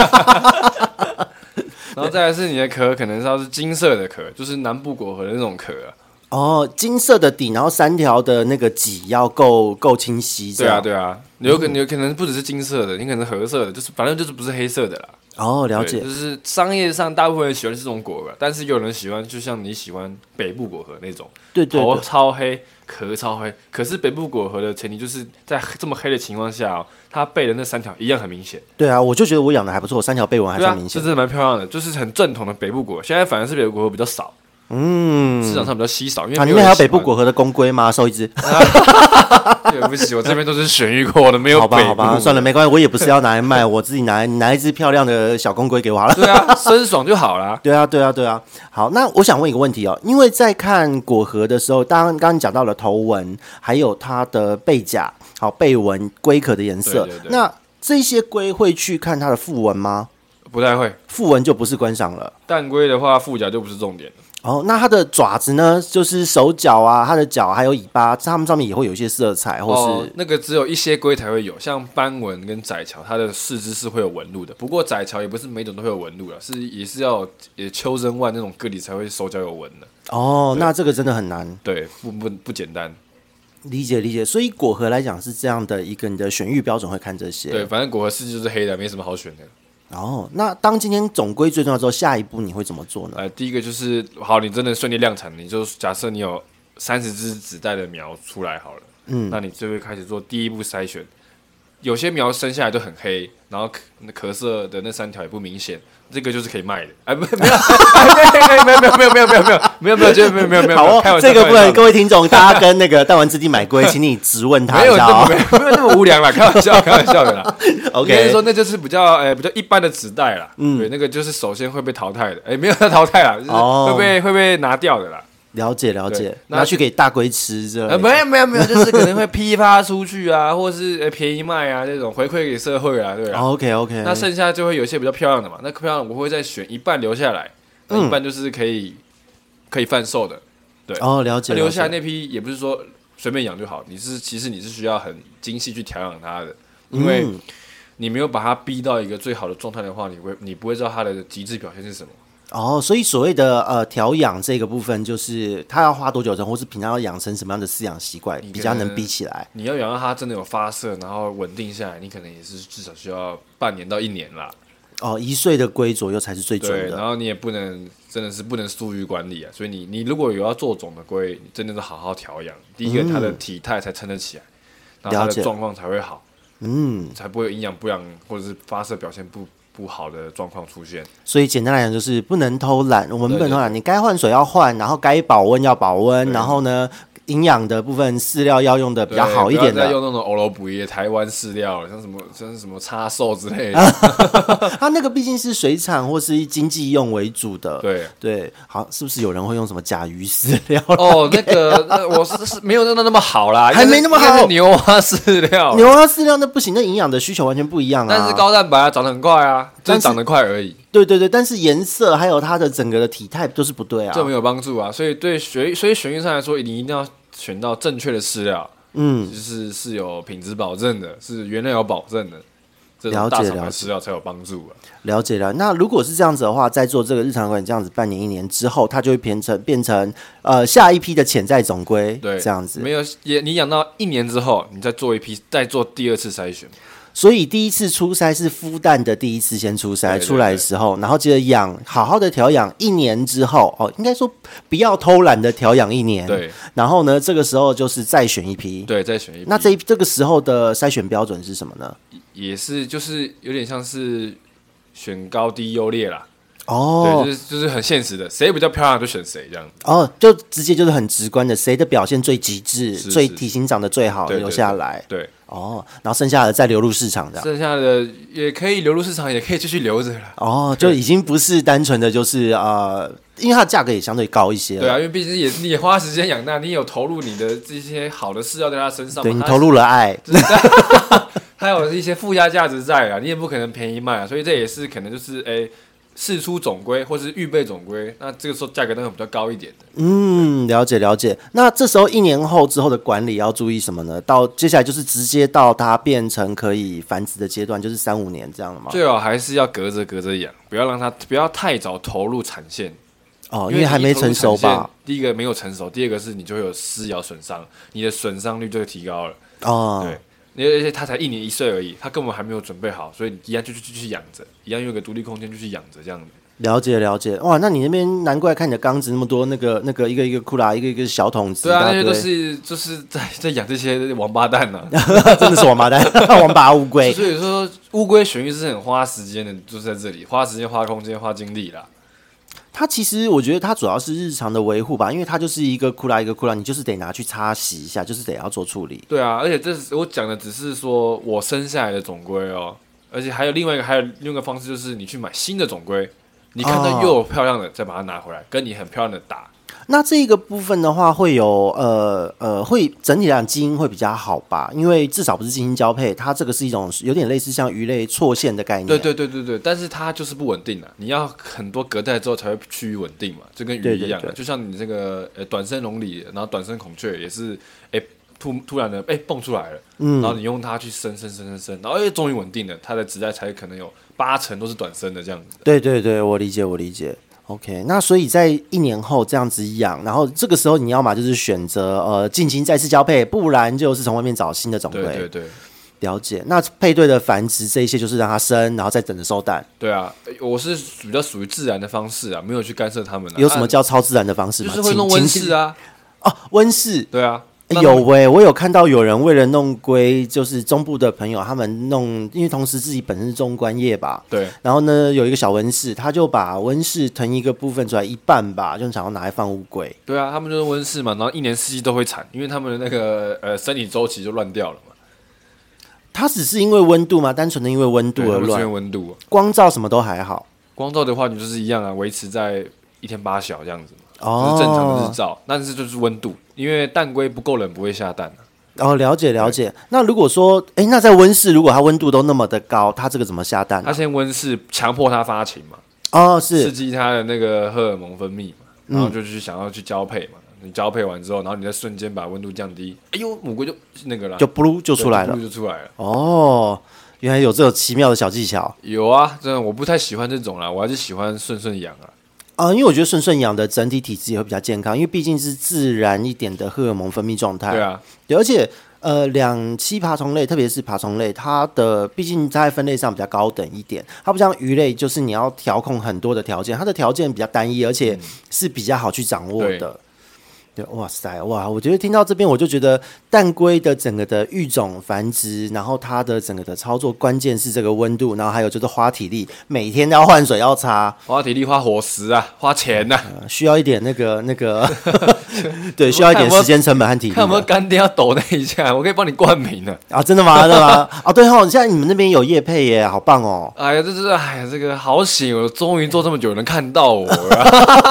Speaker 2: 然后再来是你的壳，可能是要是金色的壳，就是南部果核的那种壳啊。
Speaker 1: 哦，金色的底，然后三条的那个脊要够够清晰，这
Speaker 2: 对啊
Speaker 1: 样，嗯
Speaker 2: 对啊，你有可能有可能不只是金色的，你可能是褐色的，就是反正就是不是黑色的啦。
Speaker 1: 哦，了
Speaker 2: 啊对
Speaker 1: 解
Speaker 2: 就，是商业上大部分人喜欢这种果核，但是也有人喜欢，就像你喜欢北部果核那种。
Speaker 1: 对对
Speaker 2: 头
Speaker 1: 对，
Speaker 2: 超黑，壳超黑。可是北部果核的前提就是在这么黑的情况下、哦，它背的那三条一样很明显，
Speaker 1: 对啊，我就觉得我养的还不错，三条背纹还
Speaker 2: 对啊，
Speaker 1: 算明
Speaker 2: 这
Speaker 1: 显，
Speaker 2: 真的蛮漂亮的，就是很正统的北部果。现在反而是北部果核比较少，
Speaker 1: 嗯，
Speaker 2: 市场上比较稀少，因为
Speaker 1: 啊，
Speaker 2: 没
Speaker 1: 你
Speaker 2: 有
Speaker 1: 们
Speaker 2: 人
Speaker 1: 还有
Speaker 2: 喜
Speaker 1: 北
Speaker 2: 欢
Speaker 1: 部果核的公龟吗？收一只，
Speaker 2: 对不起，我这边都是选育过的，没有
Speaker 1: 好吧
Speaker 2: 北
Speaker 1: 好吧，
Speaker 2: 部
Speaker 1: 算了，没关系，我也不是要拿来卖，我自己拿拿一只漂亮的小公龟给我好了。
Speaker 2: 对啊，生爽就好啦。
Speaker 1: 对啊，对啊，对啊。好，那我想问一个问题哦，因为在看果核的时候，当然刚刚讲到了头纹，还有它的背甲，好背纹、龟壳的颜色。
Speaker 2: 对对对
Speaker 1: 那这些龟会去看它的腹纹吗？
Speaker 2: 不太会。
Speaker 1: 腹纹就不是观赏了。
Speaker 2: 蛋龟的话，腹甲就不是重点了。
Speaker 1: 哦，那它的爪子呢？就是手脚啊，它的脚还有尾巴，它们上面也会有一些色彩，或是、
Speaker 2: 哦，那个只有一些龟才会有，像斑纹跟窄桥，它的四肢是会有纹路的。不过窄桥也不是每种都会有纹路了，啊是也是要也秋真万那种个体才会手脚有纹的。
Speaker 1: 哦，那这个真的很难
Speaker 2: 对，不不不简单。
Speaker 1: 理解理解。所以果核来讲是这样的一个你的选育标准会看这些。
Speaker 2: 对，反正果核四肢就是黑的，没什么好选的。
Speaker 1: 哦，那当今天总归最重要之后，下一步你会怎么做呢？
Speaker 2: 呃，第一个就是好，你真的顺利量产，你就假设你有三十只子代的苗出来好了，嗯，那你就会开始做第一步筛选。有些苗生下来就很黑，然后壳那壳色的那三条也不明显，这个就是可以卖的。哎，不，没有，哎没有，没有，没有，没有，没有，没有，没有，没有，绝对没有，没有，没有，
Speaker 1: 好
Speaker 2: 开
Speaker 1: 哦，
Speaker 2: 玩
Speaker 1: 这
Speaker 2: 笑
Speaker 1: 个
Speaker 2: 开
Speaker 1: 不
Speaker 2: 玩
Speaker 1: 能，
Speaker 2: 笑
Speaker 1: 各位听众，大家跟那个弹丸之地买龟，请你直问他
Speaker 2: 没
Speaker 1: 一
Speaker 2: 有
Speaker 1: 下
Speaker 2: 那么
Speaker 1: 哦。
Speaker 2: 没有没有那么无良啦，开玩笑，开玩笑的啦。应该是
Speaker 1: OK，
Speaker 2: 说那就是比较呃比较一般的纸袋啦，嗯，对，那个就是首先会被淘汰的，哎，没有要淘汰啦，就是
Speaker 1: 哦
Speaker 2: 会被会被拿掉的啦。
Speaker 1: 了解了解
Speaker 2: 对，那
Speaker 1: 拿去给大龟吃这
Speaker 2: 呃，。没有没有没有，就是可能会批发出去啊， 或是呃便宜卖啊这种回馈给社会啊，对啊。
Speaker 1: OK OK，
Speaker 2: 那剩下就会有一些比较漂亮的嘛，那漂亮我会再选一半留下来，
Speaker 1: 嗯
Speaker 2: 那一半就是可以、可以贩售的。
Speaker 1: 哦了解，
Speaker 2: 那留下来
Speaker 1: 了解
Speaker 2: 那批也不是说随便养就好，你是其实你是需要很精细去调养它的，因为
Speaker 1: 嗯
Speaker 2: 你没有把它逼到一个最好的状态的话，你会你不会知道它的极致表现是什么。
Speaker 1: 哦，所以所谓的呃调养这个部分，就是它要花多久，或是平常要养成什么样的饲养习惯，比较能比起来。
Speaker 2: 你要养到它真的有发色，然后稳定下来，你可能也是至少需要半年到一年啦。
Speaker 1: 哦，一岁的龟左右才是最
Speaker 2: 对，
Speaker 1: 准
Speaker 2: 然
Speaker 1: 的。
Speaker 2: 后你也不能真的是不能疏于管理啊，所以你你如果有要做种的龟，你真的是好好调养。第一个，它的体态才撑得起来，
Speaker 1: 嗯
Speaker 2: 然后它
Speaker 1: 了
Speaker 2: 的
Speaker 1: 解
Speaker 2: 状况才会好，
Speaker 1: 嗯，
Speaker 2: 才不会有营养不良或者是发色表现不不好的状况出现。
Speaker 1: 所以简单来讲就是不能偷懒，我们
Speaker 2: 对
Speaker 1: 不能
Speaker 2: 对
Speaker 1: 偷懒，你该换水要换，然后该保温要保温，
Speaker 2: 对
Speaker 1: 然后呢营养的部分饲料要用的比较
Speaker 2: 对
Speaker 1: 好一
Speaker 2: 不要
Speaker 1: 点的
Speaker 2: 再。用那种欧罗补液、台湾饲料了，像什么像是什么叉兽之类
Speaker 1: 啊
Speaker 2: 的。
Speaker 1: 它那个毕竟是水产或是经济用为主的。
Speaker 2: 对，
Speaker 1: 对，好，是不是有人会用什么甲鱼饲料、
Speaker 2: 哦，那个那我是是没有那么那么好啦，
Speaker 1: 还没那么好
Speaker 2: 应该是牛蛙饲 料。
Speaker 1: 牛蛙饲料？那不行，那营养的需求完全不一样啊。
Speaker 2: 哦但是高蛋白啊，长得很快啊，就
Speaker 1: 但
Speaker 2: 是
Speaker 1: 是
Speaker 2: 长得快而已。
Speaker 1: 对对对，但是颜色还有它的整个的体态都是不对啊
Speaker 2: 这。没有帮助啊。所以对学，所以选育上来说，你一定要选到正确的饲料，
Speaker 1: 嗯，
Speaker 2: 就是是有品质保证的，是原料有保证的，这
Speaker 1: 了
Speaker 2: 种
Speaker 1: 解
Speaker 2: 大厂牌
Speaker 1: 了
Speaker 2: 饲料才有帮助啊。
Speaker 1: 了解了。那如果是这样子的话，在做这个日常管理这样子半年一年之后，它就会变成变成呃下一批的潜在总归
Speaker 2: 对，
Speaker 1: 这样子。
Speaker 2: 没有也你养到一年之后，你再做一批，再做第二次筛选。
Speaker 1: 所以第一次出筛是孵蛋的第一次先出
Speaker 2: 对
Speaker 1: 筛，
Speaker 2: 对
Speaker 1: 出来的时候，然后接着养，好好的调养一年之后，哦，应该说不要偷懒的调养一年。
Speaker 2: 对
Speaker 1: 然后呢，这个时候就是再选一批。
Speaker 2: 对，再选一批。
Speaker 1: 那这一这个时候的筛选标准是什么呢？
Speaker 2: 也是就是有点像是选高低优劣啦。
Speaker 1: 哦
Speaker 2: 对，就是就是很现实的，谁比较漂亮就选谁这样。
Speaker 1: 哦，就直接就是很直观的，谁的表现最极致，
Speaker 2: 是
Speaker 1: 最
Speaker 2: 是
Speaker 1: 体型长得最好，
Speaker 2: 对
Speaker 1: 留下来。
Speaker 2: 对，
Speaker 1: 哦，然后剩下的再流入市场这样。
Speaker 2: 剩下的也可以流入市场，也可以继续留着了。
Speaker 1: 哦，就已经不是单纯的就是呃，因为它的价格也相对高一些
Speaker 2: 对
Speaker 1: 了。
Speaker 2: 啊，因为毕竟也你也花时间养大，你也有投入你的这些好的事要在他身上嘛，
Speaker 1: 对你
Speaker 2: 他
Speaker 1: 投入了爱，
Speaker 2: 还有一些附加价值在啊，你也不可能便宜卖啊，所以这也是可能就是诶，事出总归或是预备总归，那这个时候价格当然比较高一点的。
Speaker 1: 嗯，了解了解。那这时候一年后之后的管理要注意什么呢？到接下来就是直接到它变成可以繁殖的阶段，就是三五年这样了吗？
Speaker 2: 最好还是要隔着隔着养，不要让它不要太早投入产线，
Speaker 1: 哦，因为还没成熟吧？？
Speaker 2: 第一个没有成熟，第二个是你就会有撕咬损伤，你的损伤率就会提高了。
Speaker 1: 哦，
Speaker 2: 对，而且他才一年一岁而已，他根本还没有准备好，所以你一样就去继续养着，一样有个独立空间就去养着这样子。
Speaker 1: 了解了解。哇，那你那边难怪看你的缸子那么多，那个那个一个一个库拉，一个一个小桶子，
Speaker 2: 对啊，
Speaker 1: 一大
Speaker 2: 那些
Speaker 1: 堆
Speaker 2: 都是就是在在养这些王八蛋呢、
Speaker 1: 真的是王八 蛋，王八乌龟。
Speaker 2: 所以说乌龟选育是很花时间的，就是在这里花时间、花空间、花精力啦。
Speaker 1: 它其实我觉得它主要是日常的维护吧，因为它就是一个库拉一个库拉，你就是得拿去擦洗一下，就是得要做处理。
Speaker 2: 对啊，而且这是我讲的只是说我生下来的总龟哦，而且还有另外一个还有另外一个方式就是你去买新的总龟，你看
Speaker 1: 哦
Speaker 2: 到又有漂亮的再把它拿回来，跟你很漂亮的打。
Speaker 1: 那这个部分的话，会有呃呃，会整体来讲基因会比较好吧，因为至少不是基因交配，它这个是一种有点类似像鱼类错线的概念。
Speaker 2: 对对对对对，但是它就是不稳定啊，你要很多隔代之后才会趋于稳定嘛，就跟鱼
Speaker 1: 对
Speaker 2: 一
Speaker 1: 对
Speaker 2: 样啊，
Speaker 1: 对
Speaker 2: 就像你这个呃短身龙里，然后短身孔雀也是，哎、突突然的哎、蹦出来了，
Speaker 1: 嗯
Speaker 2: 然后你用它去生生生生生，然后哎、终于稳定了，它的子代才可能有八成都是短身的这样子。
Speaker 1: 对对对，我理解我理解。OK，那所以在一年后这样子养，然后这个时候你要嘛就是选择呃进行再次交配，不然就是从外面找新的种
Speaker 2: 对对
Speaker 1: 类。
Speaker 2: 对
Speaker 1: 了解。那配对的繁殖这一些就是让它生，然后再等着收蛋。
Speaker 2: 对啊，我是比较属于自然的方式啊，没有去干涉他们、啊。
Speaker 1: 有什么
Speaker 2: 啊
Speaker 1: 叫超自然的方式
Speaker 2: 就
Speaker 1: 吗？
Speaker 2: 是会弄
Speaker 1: 请
Speaker 2: 温
Speaker 1: 请
Speaker 2: 室啊，
Speaker 1: 哦，温室。
Speaker 2: 对啊，
Speaker 1: 欸
Speaker 2: 那
Speaker 1: 有喂、我有看到有人为了弄龟，就是中部的朋友，他们弄，因为同时自己本身是中观业吧，
Speaker 2: 对。
Speaker 1: 然后呢有一个小温室，他就把温室腾一个部分出来一半吧，就想要拿来放乌龟。
Speaker 2: 对啊，他们就是温室嘛，然后一年四季都会产，因为他们的那个呃生理周期就乱掉了嘛，
Speaker 1: 它只是因为温度嘛，单纯的因为温度
Speaker 2: 对
Speaker 1: 而
Speaker 2: 它们出
Speaker 1: 乱，
Speaker 2: 现温度。
Speaker 1: 光照什么都还好。
Speaker 2: 光照的话，你就是一样啊，维持在一天八小这样子嘛，
Speaker 1: 哦
Speaker 2: 就是正常的日照，但是就是温度，因为蛋龟不够冷不会下蛋、啊、
Speaker 1: 哦，了解了解。那如果说，哎、那在温室，如果它温度都那么的高，它这个怎么下蛋
Speaker 2: 它
Speaker 1: 啊、
Speaker 2: 先温室强迫它发情嘛，
Speaker 1: 哦，
Speaker 2: 刺
Speaker 1: 是嗯
Speaker 2: 激它的那个荷尔蒙分泌嘛，然后就去想要去交配嘛，你交配完之后，然后你再瞬间把温度降低，哎呦，母龟就那个啦，
Speaker 1: 就噗噜就出来了
Speaker 2: 对。就出来了。
Speaker 1: 哦，原来有这种奇妙的小技巧。
Speaker 2: 有啊，真的我不太喜欢这种啦，我还是喜欢顺顺养啊。
Speaker 1: 啊、因为我觉得顺顺养的整体体质也会比较健康，因为毕竟是自然一点的荷尔蒙分泌状态。
Speaker 2: 对啊，
Speaker 1: 对而且呃，两栖爬虫类，特别是爬虫类，它的毕竟它在分类上比较高等一点，它不像鱼类，就是你要调控很多的条件，它的条件比较单一，而
Speaker 2: 嗯
Speaker 1: 且是比较好去掌握的。对，哇塞，哇！我觉得听到这边，我就觉得蛋龟的整个的育种繁殖，然后它的整个的操作，关键是这个温度，然后还有就是花体力，每天都要换水要擦，
Speaker 2: 花体力、花伙食啊，花钱呐、啊，
Speaker 1: 需要一点那个 那 个，对，需要一点时间成本和体力
Speaker 2: 看有没有
Speaker 1: 的
Speaker 2: 干爹要抖那一下，我可以帮你冠名呢、
Speaker 1: 啊，真的 吗？真的吗？啊，对哦，现在你们那边有叶配耶，好棒哦！
Speaker 2: 哎呀，这是哎呀，这个好险！我终于做这么久，有人看 到我啊了。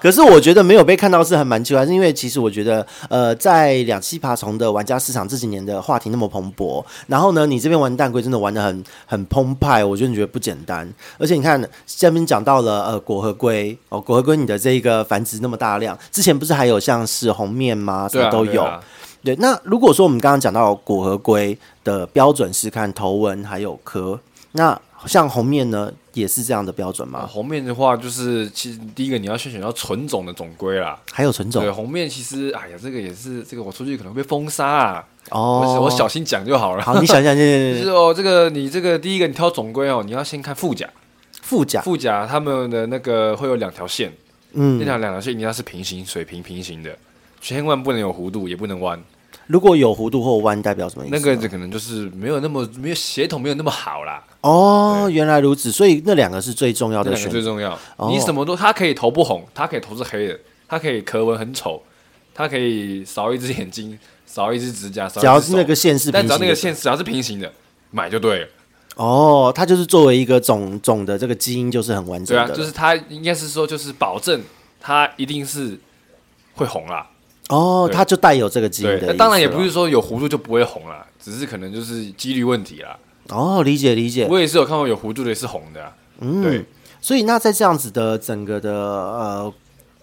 Speaker 1: 可是我觉得没有被看到是还蛮奇怪，是因为其实我觉得，呃，在两栖爬虫的玩家市场这几年的话题那么蓬勃，然后呢，你这边玩蛋龟真的玩的很 很澎湃，我真的觉得不简单。而且你看下面讲到了呃果核龟哦，果核龟你的这个繁殖那么大量，之前不是还有像是红面吗？什
Speaker 2: 对
Speaker 1: 么
Speaker 2: 啊，
Speaker 1: 都有。
Speaker 2: 对啊
Speaker 1: 对，那如果说我们刚刚讲到果核龟的标准是看头纹还有壳，那像红面呢也是这样的标准
Speaker 2: 啊。
Speaker 1: 吗？
Speaker 2: 红面的话，就是其实第一个你要先选到纯种的种龟啦。
Speaker 1: 还有纯种
Speaker 2: 对，红面其实哎呀，这个也是这个，我出去可能会被封杀啊。
Speaker 1: 哦
Speaker 2: 我，我小心讲就好了。
Speaker 1: 好，你想想，
Speaker 2: 就
Speaker 1: 这
Speaker 2: 是哦，这个你这个第一个你挑种龟哦，你要先看腹甲，
Speaker 1: 副 甲，
Speaker 2: 腹甲他们的那个会有两条线，那
Speaker 1: 啊嗯，
Speaker 2: 条两条线一定要是平行、水平、平行的，千万不能有弧度，也不能弯。
Speaker 1: 如果有弧度或弯，代表什么意思？
Speaker 2: 那个这可能就是没有那么没有协同，没有那么好啦。
Speaker 1: 哦，原来如此，所以那两个是最重要
Speaker 2: 这
Speaker 1: 的
Speaker 2: 两
Speaker 1: 选
Speaker 2: 个
Speaker 1: 哦
Speaker 2: 最重要。你什么都，他可以头不红，他可以头是黑的，他可以壳纹很丑，他可以少一只眼睛，少一只指甲，少一
Speaker 1: 只要
Speaker 2: 只
Speaker 1: 是
Speaker 2: 手
Speaker 1: 那个线是
Speaker 2: 但
Speaker 1: 平
Speaker 2: 只要
Speaker 1: 行
Speaker 2: 那个
Speaker 1: 的
Speaker 2: 线只要是平行的，买就对了。
Speaker 1: 哦，它就是作为一个种种的这个基因就是很完整
Speaker 2: 对啊，
Speaker 1: 的，
Speaker 2: 就是他应该是说，就是保证他一定是会红啦。
Speaker 1: 哦，
Speaker 2: 对
Speaker 1: 它就带有这个基因
Speaker 2: 对，
Speaker 1: 的意思啊
Speaker 2: 那
Speaker 1: 了，
Speaker 2: 当然也不是说有弧度就不会红啦，只是可能就是几率问题啦。
Speaker 1: 哦，理解理解，
Speaker 2: 我也是有看过有弧度的也是红的、啊，
Speaker 1: 嗯
Speaker 2: 对，
Speaker 1: 所以那在这样子的整个的呃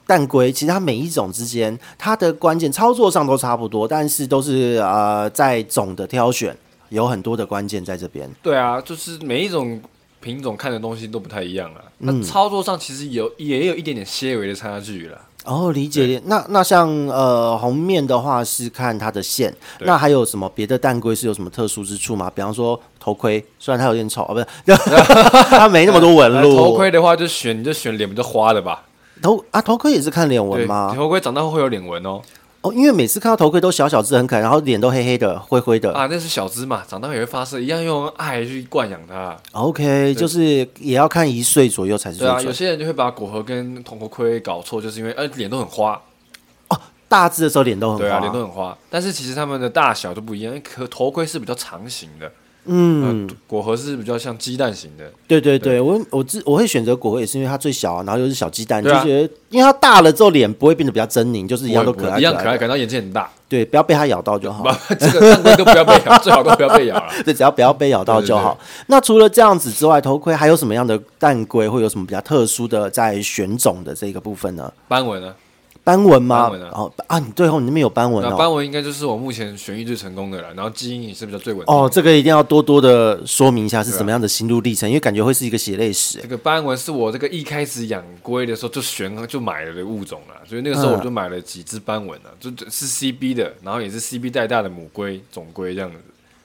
Speaker 1: 蛋龟，其实它每一种之间，它的关键操作上都差不多，但是都是呃在种的挑选有很多的关键在这边。
Speaker 2: 对啊，就是每一种品种看的东西都不太一样啦。啊
Speaker 1: 嗯
Speaker 2: 那操作上其实有也有一点点些微的差距啦。
Speaker 1: 哦，理解。那那像呃红面的话是看它的线，那还有什么别的蛋龟是有什么特殊之处吗？比方说头盔，虽然它有点丑，哦，不是， 它没那么多纹
Speaker 2: 那
Speaker 1: 路。
Speaker 2: 呃 头盔的话，就选你就选脸比较花的吧。
Speaker 1: 头啊，头盔也是看脸
Speaker 2: 对，
Speaker 1: 纹吗？
Speaker 2: 头盔长大后会有脸纹哦。
Speaker 1: 哦，因为每次看到头盔都小小只，很可爱，然后脸都黑黑的、灰灰的。
Speaker 2: 啊，那是小只嘛，长大后也会发色，一样用爱去惯养它。
Speaker 1: OK，就是也要看一岁左右才是最
Speaker 2: 对啊，
Speaker 1: 准。
Speaker 2: 有些人就会把果核跟头盔搞错，就是因为呃脸都很花。
Speaker 1: 哦，大致的时候脸都很
Speaker 2: 对啊，
Speaker 1: 花。
Speaker 2: 脸都很花，但是其实它们的大小都不一样。因为壳头盔是比较长型的，呃
Speaker 1: 嗯，
Speaker 2: 果核是比较像鸡蛋型的。
Speaker 1: 对对对，我我自我会选择果核也是因为它最小、啊，然后又是小鸡蛋，
Speaker 2: 对啊
Speaker 1: 就觉得因为它大了之后脸不会变得比较狰狞，就是一样都
Speaker 2: 不会
Speaker 1: 可
Speaker 2: 不
Speaker 1: 爱，
Speaker 2: 会一样
Speaker 1: 可
Speaker 2: 可爱，。感到眼睛很大。
Speaker 1: 对，不要被它咬到就好。
Speaker 2: 这个蛋龟都不要被咬，最好都不要被咬了。
Speaker 1: 对，只要不要被咬到就好。那除了这样子之外，头盔还有什么样的蛋龟会有什么比较特殊的在选种的这个部分呢？
Speaker 2: 斑纹呢？
Speaker 1: 斑纹吗？
Speaker 2: 斑纹啊
Speaker 1: 哦啊，你对哦，你那边有斑纹
Speaker 2: 那
Speaker 1: 哦。
Speaker 2: 斑纹应该就是我目前选育最成功的了，然后基因也是比较最稳定的。
Speaker 1: 哦，这个一定要多多的说明一下是
Speaker 2: 啊
Speaker 1: 什么样的心路历程，因为感觉会是一个血泪史。欸
Speaker 2: 这个斑纹是我这个一开始养龟的时候就选就买了的物种啦，所以那个
Speaker 1: 嗯
Speaker 2: 时候我就买了几只斑纹啊，就就是 CB 的，然后也是 CB 带大的母龟、种龟这样子，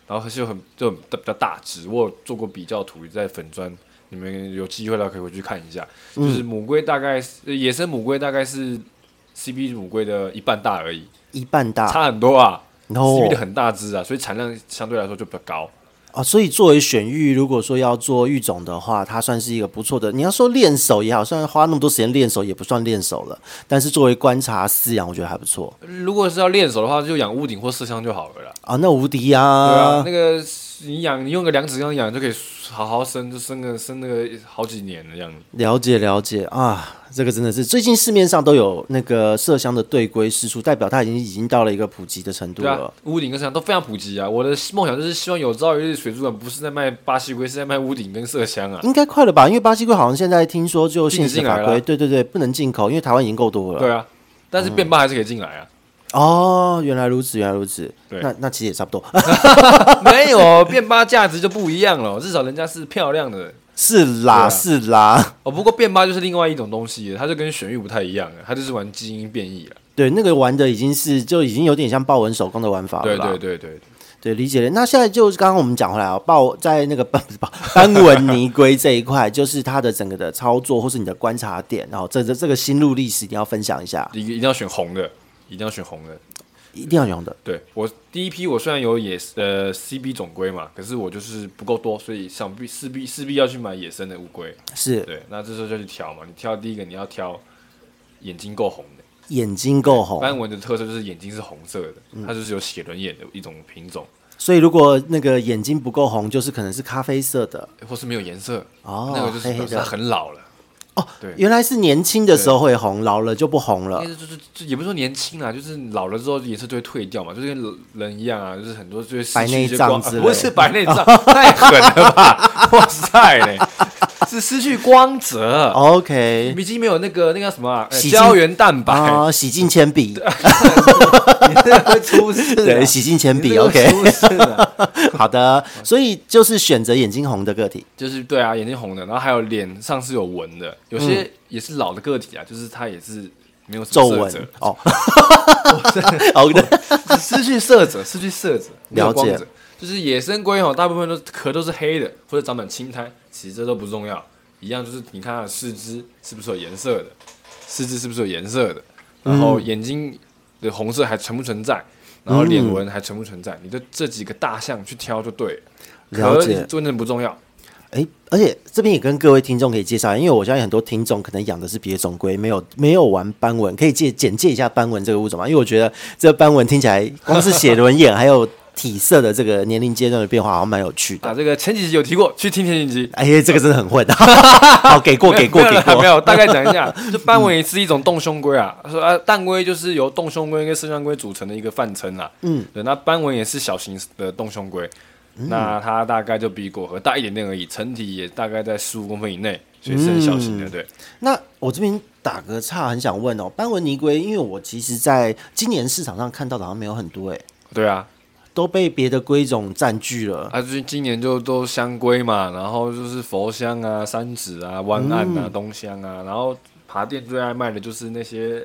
Speaker 2: 然后就很就很比较大只。我有做过比较图在粉砖，你们有机会的话可以回去看一下，
Speaker 1: 嗯
Speaker 2: 就是母龟大概是呃野生母龟大概是 CB 母龟的一半大而已，
Speaker 1: 一半大
Speaker 2: 差很多啊。
Speaker 1: No
Speaker 2: CB 的很大只啊，所以产量相对来说就比较高。
Speaker 1: 哦，所以作为选育，如果说要做育种的话，它算是一个不错的。你要说练手也好，虽然花那么多时间练手也不算练手了，但是作为观察饲养，我觉得还不错
Speaker 2: 如果是要练手的话，就养屋顶或麝香就好了啦。
Speaker 1: 啊。那无敌
Speaker 2: 对
Speaker 1: 啊
Speaker 2: 啊，，那个你养，你用个两指这样养就可以好好生，就生个生那个好几年的样子。
Speaker 1: 了解了解啊，这个真的是最近市面上都有那个麝香的对龟师出，代表它已经已经到了一个普及的程度
Speaker 2: 对
Speaker 1: 了
Speaker 2: 啊。，屋顶跟麝香都非常普及啊。我的梦想就是希望有朝一日水族馆不是在卖巴西龟，是在卖屋顶跟麝香啊。
Speaker 1: 应该快了吧？因为巴西龟好像现在听说就
Speaker 2: 禁
Speaker 1: 限
Speaker 2: 止
Speaker 1: 制
Speaker 2: 进来
Speaker 1: 法
Speaker 2: 了
Speaker 1: 规，
Speaker 2: 啊
Speaker 1: 对对对，不能进口，因为台湾已经够多了。
Speaker 2: 对啊，但是变巴还是可以进来啊。
Speaker 1: 哦，原来如此，原来如此。
Speaker 2: 对
Speaker 1: 那那其实也差不多，
Speaker 2: 没有变巴价值就不一样了，至少人家是漂亮的。
Speaker 1: 是啦、
Speaker 2: 对啊
Speaker 1: 是啦，
Speaker 2: 哦，不过变巴就是另外一种东西了，它就跟选育不太一样了，它就是玩基因变异了。
Speaker 1: 对，那个玩的已经是就已经有点像豹纹手工的玩法了
Speaker 2: 对
Speaker 1: 啦。
Speaker 2: 对对对，
Speaker 1: 对理解了。那现在就是刚刚我们讲回来哦，豹在那个 斑不是豹斑纹泥龟这一块，就是它的整个的操作或是你的观察点，然后这这这个心路历史一定要分享一下，
Speaker 2: 一一定要选红的，一定要选红的。
Speaker 1: 一定要用的。
Speaker 2: 对我第一批，我虽然有野呃 CB 总龟嘛，可是我就是不够多，所以想必势必势必要去买野生的乌龟。
Speaker 1: 是
Speaker 2: 对，那这时候就去挑嘛，你挑第一个你要挑眼睛够红的，
Speaker 1: 眼睛够红，
Speaker 2: 斑纹的特色就是眼睛是红色的，
Speaker 1: 嗯
Speaker 2: 它就是有血轮眼的一种品种，
Speaker 1: 所以如果那个眼睛不够红，就是可能是咖啡色的
Speaker 2: 或是没有颜色，
Speaker 1: 哦，
Speaker 2: 那个就是
Speaker 1: 黑黑
Speaker 2: 表示它
Speaker 1: 的。
Speaker 2: 很老了。对
Speaker 1: 原来是年轻的时候会红，老了就不红了
Speaker 2: 但。是就是就也不是说年轻啦，就是老了之后颜色就会退掉嘛，就是跟人一样啊，就是很多就会失
Speaker 1: 白
Speaker 2: 去
Speaker 1: 内
Speaker 2: 一些
Speaker 1: 障
Speaker 2: 光，
Speaker 1: 之
Speaker 2: 啊
Speaker 1: 类
Speaker 2: 不是白内障，太狠了吧！哇塞嘞，是失去光泽，
Speaker 1: OK，
Speaker 2: 已经没有那个那个叫什么啊呃
Speaker 1: 哦洗净
Speaker 2: 胶原蛋白，
Speaker 1: 啊，洗净铅笔，
Speaker 2: 你这个会 出事啊，
Speaker 1: 对，洗净铅
Speaker 2: 你
Speaker 1: 笔
Speaker 2: 这个
Speaker 1: ，OK，
Speaker 2: 出事啊
Speaker 1: 好的，所以就是选择眼睛红的个体，
Speaker 2: 就是对啊，眼睛红的，然后还有脸上是有纹的，有些也是老的个体啊，就是它也是没有什
Speaker 1: 嗯皱
Speaker 2: 么色
Speaker 1: 纹
Speaker 2: 泽，
Speaker 1: 哦， 好的，
Speaker 2: 失去色泽，失去色泽，没有
Speaker 1: 了解
Speaker 2: 光泽。就是野生龟哦，大部分都壳都是黑的，或者长满青苔，其实这都不重要。一样就是你看它的四肢是不是有颜色的，四肢是不是有颜色的，然后
Speaker 1: 嗯
Speaker 2: 眼睛的红色还存不存在，然后
Speaker 1: 嗯
Speaker 2: 脸纹还存不存在，你就这几个大项去挑就对了。
Speaker 1: 了
Speaker 2: 壳
Speaker 1: 解
Speaker 2: 真的不重要，
Speaker 1: 哎，而且这边也跟各位听众可以介绍，因为我相信很多听众可能养的是别种龟，没有没有玩斑纹，可以介简介一下斑纹这个物种吗？因为我觉得这斑纹听起来光是写轮眼还有体色的这个年龄阶段的变化，好像蛮有趣的。
Speaker 2: 啊，这个前几集有提过，去听前几集。
Speaker 1: 哎呀，这个真的很 混，好给过给过
Speaker 2: 没有
Speaker 1: 给
Speaker 2: 啦没
Speaker 1: 过，
Speaker 2: 有，大概讲 一下，就斑纹也是一种洞胸龟啊，说啊，蛋龟就是由洞胸龟跟圣象龟组成的一个泛称啦。嗯，对，那斑纹也是小型的洞胸龟，
Speaker 1: 嗯
Speaker 2: 那它大概就比果核大一点点而已，成体也大概在十五公分以内，所以是很小型
Speaker 1: 嗯
Speaker 2: 的，对。
Speaker 1: 那我这边打个岔，很想问哦，斑纹泥龟，因为我其实在今年市场上看到的好像没有很多，哎，
Speaker 2: 对啊，
Speaker 1: 都被别的龟种占据了。
Speaker 2: 啊，就是今年就都香龟嘛，然后就是佛香啊、三指啊、湾岸啊、
Speaker 1: 嗯
Speaker 2: 东香啊，然后爬店最爱卖的就是那些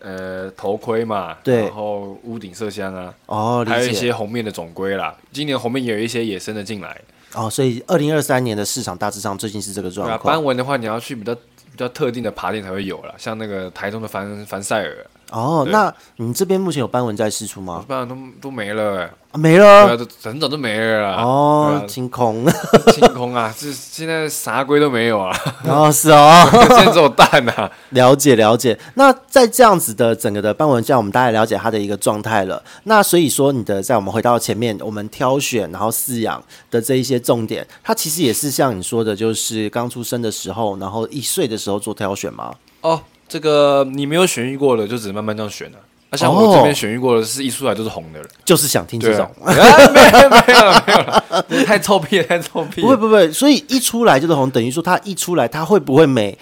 Speaker 2: 呃头盔嘛，
Speaker 1: 对
Speaker 2: 然后屋顶麝香啊，
Speaker 1: 哦，
Speaker 2: 还有
Speaker 1: 理
Speaker 2: 一
Speaker 1: 解
Speaker 2: 些红面的种龟啦。今年红面也有一些野生的进来，
Speaker 1: 哦，所以二零二三年的市场大致上最近是这个
Speaker 2: 对
Speaker 1: 状
Speaker 2: 啊，
Speaker 1: 况
Speaker 2: 斑纹的话你要去比较比较特定的爬店才会有啦，像那个台中的凡凡塞尔，
Speaker 1: 哦。那你这边目前有斑纹在试出吗？
Speaker 2: 不然都都没了、欸，
Speaker 1: 啊没
Speaker 2: 对啊，啊
Speaker 1: 了
Speaker 2: 都很早就没了啦。
Speaker 1: 哦，清空
Speaker 2: 对啊，清空啊， 这现在啥龟都没有啊，
Speaker 1: 哦，是哦，
Speaker 2: 现在只有蛋啊。
Speaker 1: 了解了解。那在这样子的整个的斑纹下，我们大概了解它的一个状态了。那所以说，你的在我们回到前面，我们挑选然后饲养的这一些重点，它其实也是像你说的，就是刚出生的时候，然后一岁的时候做挑选吗？
Speaker 2: 哦，这个你没有选育过的，就只能慢慢这样选了、啊。那、像
Speaker 1: 哦
Speaker 2: 我这边选育过的，是一出来就是红 的了。
Speaker 1: 就是想听这
Speaker 2: 对
Speaker 1: 种
Speaker 2: 啊。，啊没有没有了没有了， 这太臭屁了，太臭屁
Speaker 1: 不会
Speaker 2: 了。
Speaker 1: 不会，所以一出来就是红，等于说它一出来，它会不会美？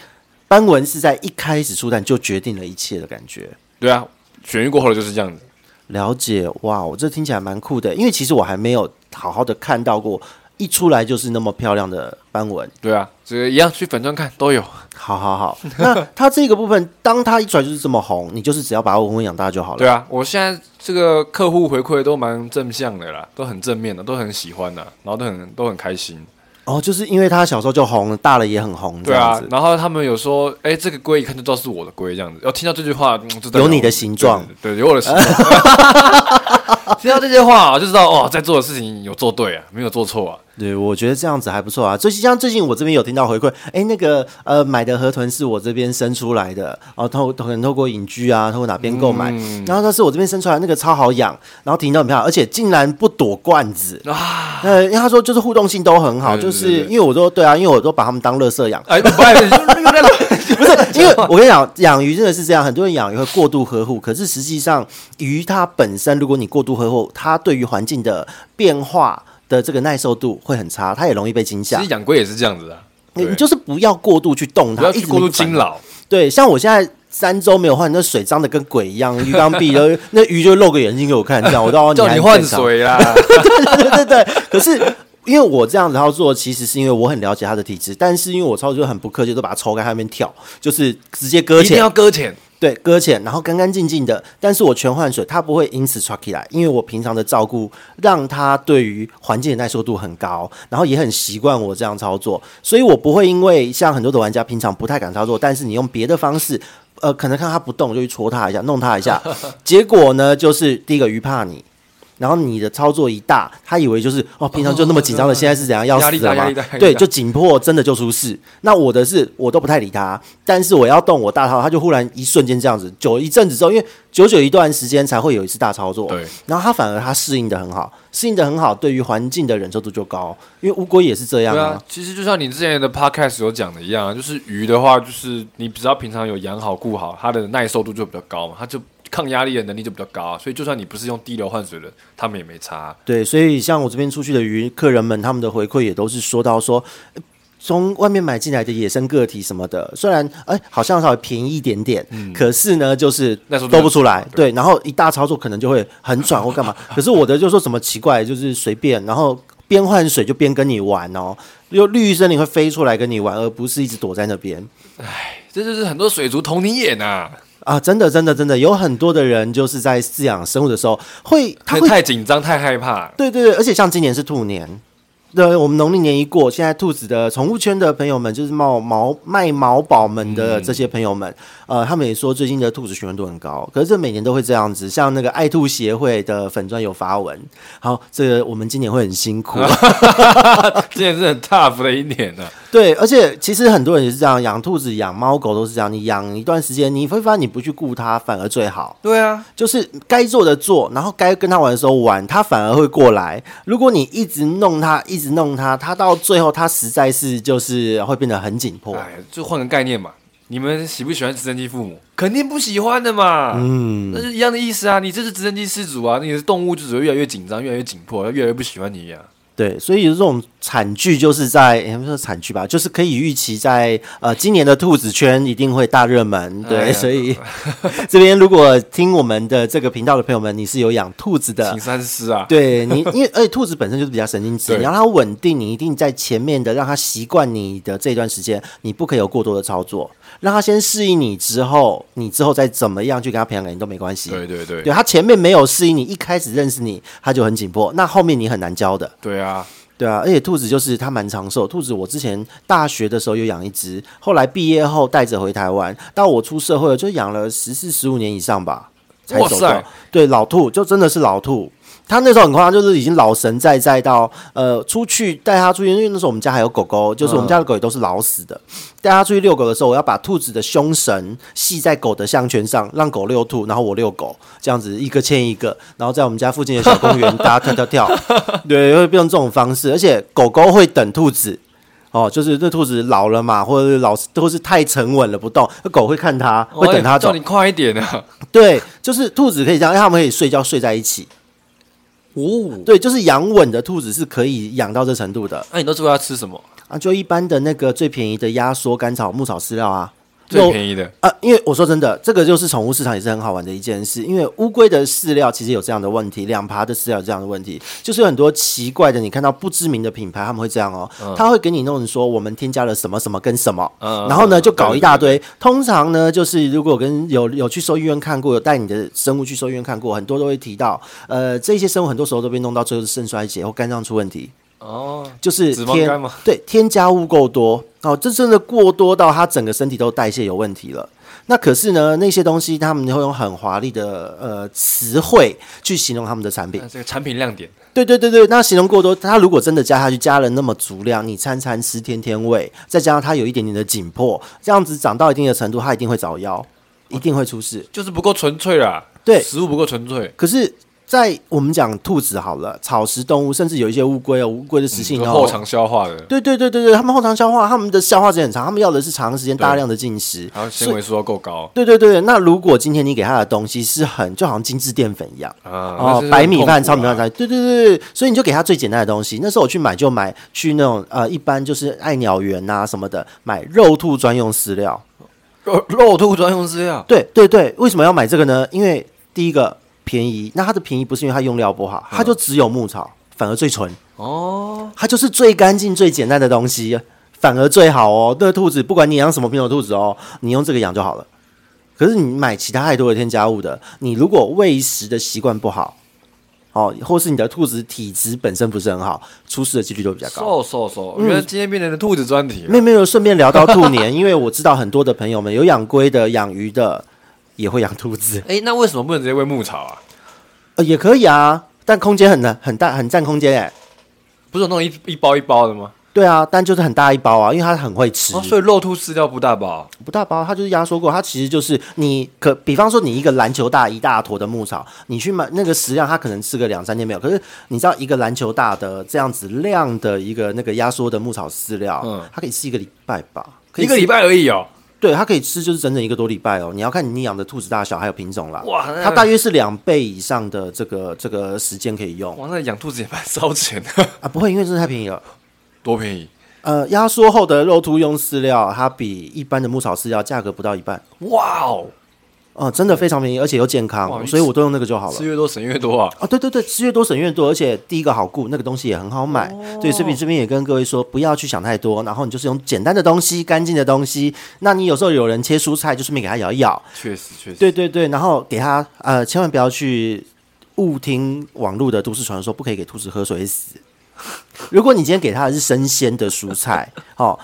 Speaker 1: 斑纹是在一开始出蛋就决定了一切的感觉。
Speaker 2: 对啊，选育过后的就是这样子。
Speaker 1: 了解，哇，我这听起来蛮酷的，因为其实我还没有好好的看到过一出来就是那么漂亮的斑纹。
Speaker 2: 对啊，这个一样去粉砖看都有。
Speaker 1: 好好好，那它这个部分，当它一出来就是这么红，你就是只要把它稳稳养大就好了。
Speaker 2: 对啊，我现在这个客户回馈都蛮正向的啦，都很正面的，都很喜欢的，然后都很都很开心。
Speaker 1: 哦，就是因为它小时候就红了，大了也很红，这
Speaker 2: 对
Speaker 1: 样
Speaker 2: 啊
Speaker 1: 子。，
Speaker 2: 然后他们有说，哎，这个龟一看就知道是我的龟，这样子。要听到这句话，嗯就代表
Speaker 1: 有你的形状
Speaker 2: 对，对有我的形状。 听到这些话，我就知道哦，在做的事情有做对啊，没有做错啊。
Speaker 1: 对，我觉得这样子还不错啊。最近像最近我这边有听到回馈，哎，那个呃买的河豚是我这边生出来的，然后透可能透过隐居啊，透过哪边购买，
Speaker 2: 嗯
Speaker 1: 然后那是我这边生出来，那个超好养，然后体型都很漂亮，而且竟然不躲罐子啊。呃，因为他说就是互动性都很好，
Speaker 2: 对对
Speaker 1: 就
Speaker 2: 对
Speaker 1: 是
Speaker 2: 对
Speaker 1: 因为我都对啊，因为我都把它们当垃圾养。
Speaker 2: 哎，不爱
Speaker 1: 不是，因为我跟你讲，养鱼真的是这样，很多人养鱼会过度呵护，可是实际上鱼它本身，如果你过度呵护，它对于环境的变化的这个耐受度会很差，它也容易被惊
Speaker 2: 其
Speaker 1: 吓
Speaker 2: 实。养龟也是这样子啊，
Speaker 1: 你
Speaker 2: 对
Speaker 1: 你就是不要过度去动它，
Speaker 2: 不要
Speaker 1: 一
Speaker 2: 去
Speaker 1: 直
Speaker 2: 过度
Speaker 1: 你哦反
Speaker 2: 惊。扰。
Speaker 1: 对，像我现在三周没有换，那水脏的跟鬼一样，鱼缸壁都那鱼就露个眼睛给我看，这样我都要
Speaker 2: 叫
Speaker 1: 还
Speaker 2: 你换
Speaker 1: 正常。
Speaker 2: 水啦，
Speaker 1: 对对对，可是。因为我这样子操作，其实是因为我很了解它的体质，但是因为我操作就很不客气，都把它抽开，它在那边跳，就是直接搁
Speaker 2: 一定
Speaker 1: 浅，
Speaker 2: 要搁浅。
Speaker 1: 对，搁浅，然后干干净净的。但是我全换水，它不会因此 truck 起来，因为我平常的照顾让它对于环境的耐受度很高，然后也很习惯我这样操作，所以我不会因为像很多的玩家平常不太敢操作，但是你用别的方式。呃，可能看它不动就去戳它一下，弄它一下，结果呢，就是第一个鱼怕你，然后你的操作一大，他以为就是哦，平常就那么紧张的，现在是怎样要
Speaker 2: 压力
Speaker 1: 死了
Speaker 2: 大压
Speaker 1: 吗
Speaker 2: 力大压力？大
Speaker 1: 对，就紧迫，真的就出事。那我的是，我都不太理他，但是我要动我大操，他就忽然一瞬间这样子，久一阵子之后，因为久久一段时间才会有一次大操作，
Speaker 2: 对，
Speaker 1: 然后他反而他适应的很好，适应的很好，对于环境的忍受度就高，因为乌龟也是这样
Speaker 2: 对
Speaker 1: 啊
Speaker 2: 啊，，其实就像你之前的 podcast 有讲的一样啊，就是鱼的话，就是你只要平常有养好、顾好，它的耐受度就比较高嘛，它就抗压力的能力就比较高、啊，所以就算你不是用低流换水的，它们也没差啊、
Speaker 1: 对，所以像我这边出去的鱼客人们，他们的回馈也都是说到说。呃从外面买进来的野生个体什么的，虽然哎、好像稍微便宜一点点，可是呢就是
Speaker 2: 嗯那时候
Speaker 1: 都不出来，对，然后一大操作可能就会很喘或干 嘛。可是我的就说什么奇怪，就是随便，然后边换水就边跟你玩哦，就绿森林会飞出来跟你玩，而不是一直躲在那边
Speaker 2: 这就是很多水族同你眼啊，
Speaker 1: 啊！真的，真的，真的，有很多的人就是在饲养生物的时候会，他
Speaker 2: 太
Speaker 1: 会
Speaker 2: 太紧张、太害怕。
Speaker 1: 对对对，而且像今年是兔年，对，我们农历年一过，现在兔子的宠物圈的朋友们，就是冒毛卖毛宝们的这些朋友们，呃，他们也说最近的兔子询问度很高，可是这每年都会这样子。像那个爱兔协会的粉砖有发文，好，这个我们今年会很辛苦。
Speaker 2: 这也是很 tough 的一年呢、啊。
Speaker 1: 对，而且其实很多人也是这样，养兔子、养猫狗都是这样。你养一段时间，你会发现你不去顾它，反而最好。
Speaker 2: 对啊，
Speaker 1: 就是该做的做，然后该跟它玩的时候玩，它反而会过来。如果你一直弄它，一直弄它，它到最后，它实在是就是会变得很紧迫。
Speaker 2: 哎，就换个概念嘛。你们喜不喜欢直升机父母？肯定不喜欢的嘛。嗯，那是一样的意思啊。你这是直升机失主啊，你的动物就只会越来越紧张，越来越紧迫，越来越不喜欢你啊呀、
Speaker 1: 对，所以这种惨剧就是在，哎也不是说惨剧吧，就是可以预期在呃今年的兔子圈一定会大热门。对，
Speaker 2: 哎呀
Speaker 1: 所以 这边如果听我们的这个频道的朋友们，你是有养兔子的
Speaker 2: 请，三思啊。
Speaker 1: 对你，因为而且兔子本身就是比较神经质，
Speaker 2: 对
Speaker 1: 你让它稳定，你一定在前面的让它习惯你的这段时间，你不可以有过多的操作，让它先适应你之后，你之后再怎么样去跟它培养感情都没关系。
Speaker 2: 对对对
Speaker 1: 对，它前面没有适应你，一开始认识你，它就很紧迫，那后面你很难教的。
Speaker 2: 对啊，
Speaker 1: 对啊，而且兔子就是它蛮长寿。兔子我之前大学的时候有养一只，后来毕业后带着回台湾，到我出社会了就养了十四十五年以上吧，才走
Speaker 2: 哇
Speaker 1: 到
Speaker 2: 塞。
Speaker 1: 对，老兔就真的是老兔。它那时候很夸张，就是已经老神在在到呃出去带它出去，因为那时候我们家还有狗狗，就是我们家的狗也都是老死的。带它出去遛狗的时候，我要把兔子的胸绳系在狗的项圈上，让狗遛兔，然后我遛狗，这样子一个牵一个，然后在我们家附近的小公园大家跳跳跳，对，会变成这种方式。而且狗狗会等兔子，哦，就是这兔子老了嘛，或者是老或是太沉稳了不动，那狗会看它，会等它
Speaker 2: 哎
Speaker 1: 走
Speaker 2: 叫。你快一点啊。
Speaker 1: 对，就是兔子可以这样，因为它们可以睡觉睡在一起。
Speaker 2: 哦，
Speaker 1: 对，就是养稳的兔子是可以养到这程度的
Speaker 2: 哎那、你都知道要吃什么？
Speaker 1: 啊，就一般的那个最便宜的压缩甘草、牧草饲料啊，
Speaker 2: 最
Speaker 1: 肉
Speaker 2: 便宜的。
Speaker 1: 啊，因为我说真的，这个就是宠物市场也是很好玩的一件事。因为乌龟的饲料其实有这样的问题，两爬的饲料有这样的问题，就是有很多奇怪的，你看到不知名的品牌他们会这样哦，他会给你弄说我们添加了什么什么跟什么，
Speaker 2: 嗯
Speaker 1: 然后呢
Speaker 2: 嗯
Speaker 1: 就搞一大堆。通常呢，就是如果跟有有去兽医院看过，有带你的生物去兽医院看过，很多都会提到，呃，这些生物很多时候都被弄到最后是肾衰竭或肝脏出问题。
Speaker 2: 哦，
Speaker 1: 就是
Speaker 2: 脂肪
Speaker 1: 添
Speaker 2: 肝吗
Speaker 1: 对添加物够多哦，这真的过多到它整个身体都代谢有问题了。那可是呢，那些东西他们会用很华丽的呃词汇去形容他们的产品
Speaker 2: 那。这个产品亮点，
Speaker 1: 对对对对，那形容过多，它如果真的加下去，加了那么足量，你餐餐吃天天喂，再加上它有一点点的紧迫，这样子长到一定的程度，它一定会找腰，一定会出事。
Speaker 2: 就是不够纯粹啦。
Speaker 1: 对
Speaker 2: 食物不够纯粹。
Speaker 1: 可是，在我们讲兔子好了，草食动物，甚至有一些乌龟哦，乌龟的食性
Speaker 2: 就
Speaker 1: 哦，
Speaker 2: 嗯后肠消化的，
Speaker 1: 对对对对对，他们后肠消化，他们的消化时间很长，他们要的是长时间大量的进食。
Speaker 2: 然后纤维素要够高
Speaker 1: 对对对，那如果今天你给他的东西是很就好像精致淀粉一样。
Speaker 2: 啊。那
Speaker 1: 哦
Speaker 2: 是，很
Speaker 1: 白米饭、糙
Speaker 2: 痛
Speaker 1: 米
Speaker 2: 苦啊
Speaker 1: 饭，对对对对，所以你就给他最简单的东西。那时候我去买就买去那种呃，一般就是爱鸟园呐、什么的，买肉兔专用饲料。
Speaker 2: 肉肉兔专用饲料，
Speaker 1: 对对对，为什么要买这个呢？因为第一个便宜，那它的便宜不是因为它用料不好，
Speaker 2: 嗯
Speaker 1: 它就只有牧草，反而最纯。
Speaker 2: 哦，
Speaker 1: 它就是最干净、最简单的东西，反而最好哦。那兔子，不管你养什么品种的兔子哦，你用这个养就好了。可是你买其他太多的添加物的，你如果喂食的习惯不好，哦，或是你的兔子体质本身不是很好，出事的几率就比较高。
Speaker 2: 瘦瘦瘦，
Speaker 1: 嗯
Speaker 2: 我觉得今天变成了兔子专题了。啊
Speaker 1: 没有没有，顺便聊到兔年， 因为我知道很多的朋友们有养龟的、养鱼的，也会养兔 子，
Speaker 2: 哎、那为什么不能直接喂牧草啊？
Speaker 1: 呃，也可以啊，但空间很难很大，很占空间哎。
Speaker 2: 不是有那种一一包一包的吗？
Speaker 1: 对啊，但就是很大一包啊，因为它很会吃。
Speaker 2: 哦，所以肉兔饲料不大包，
Speaker 1: 不大包，它就是压缩过，它其实就是你可，比方说你一个篮球大一大坨的牧草，你去买那个食量，它可能吃个两三天没有。可是你知道一个篮球大的这样子量的一个那个压缩的牧草饲料，
Speaker 2: 嗯
Speaker 1: 它可以吃一个礼拜吧，可以
Speaker 2: 一个
Speaker 1: 吃
Speaker 2: 礼，拜而已哦。
Speaker 1: 对，它可以吃就是整整一个多礼拜哦。你要看你养的兔子大小还有品种啦，
Speaker 2: 哇那
Speaker 1: 它大约是两倍以上的这个这个时间可以用
Speaker 2: 哇，那养兔子也蛮烧钱的，
Speaker 1: 啊，不会，因为真的太便宜了。
Speaker 2: 多便宜！
Speaker 1: 呃，压缩后的肉兔用饲料，它比一般的牧草饲料价格不到一半。
Speaker 2: 哇哦，
Speaker 1: 哦，真的非常便宜，而且又健
Speaker 2: 哇
Speaker 1: 康，所以我都用那个就好了
Speaker 2: 吃。越多省越多啊！
Speaker 1: 啊，对对对，吃越多省越多，而且第一个好顾，那个东西也很好买。对，所以这边也跟各位说，不要去想太多，然后你就是用简单的东西、干净的东西。那你有时候有人切蔬菜，就顺便给他咬一咬。
Speaker 2: 确实，确实，
Speaker 1: 对对对，然后给他呃，千万不要去误听网络的都市传说，不可以给兔子喝水死。 如果你今天给它的是生鲜的蔬菜， 哦，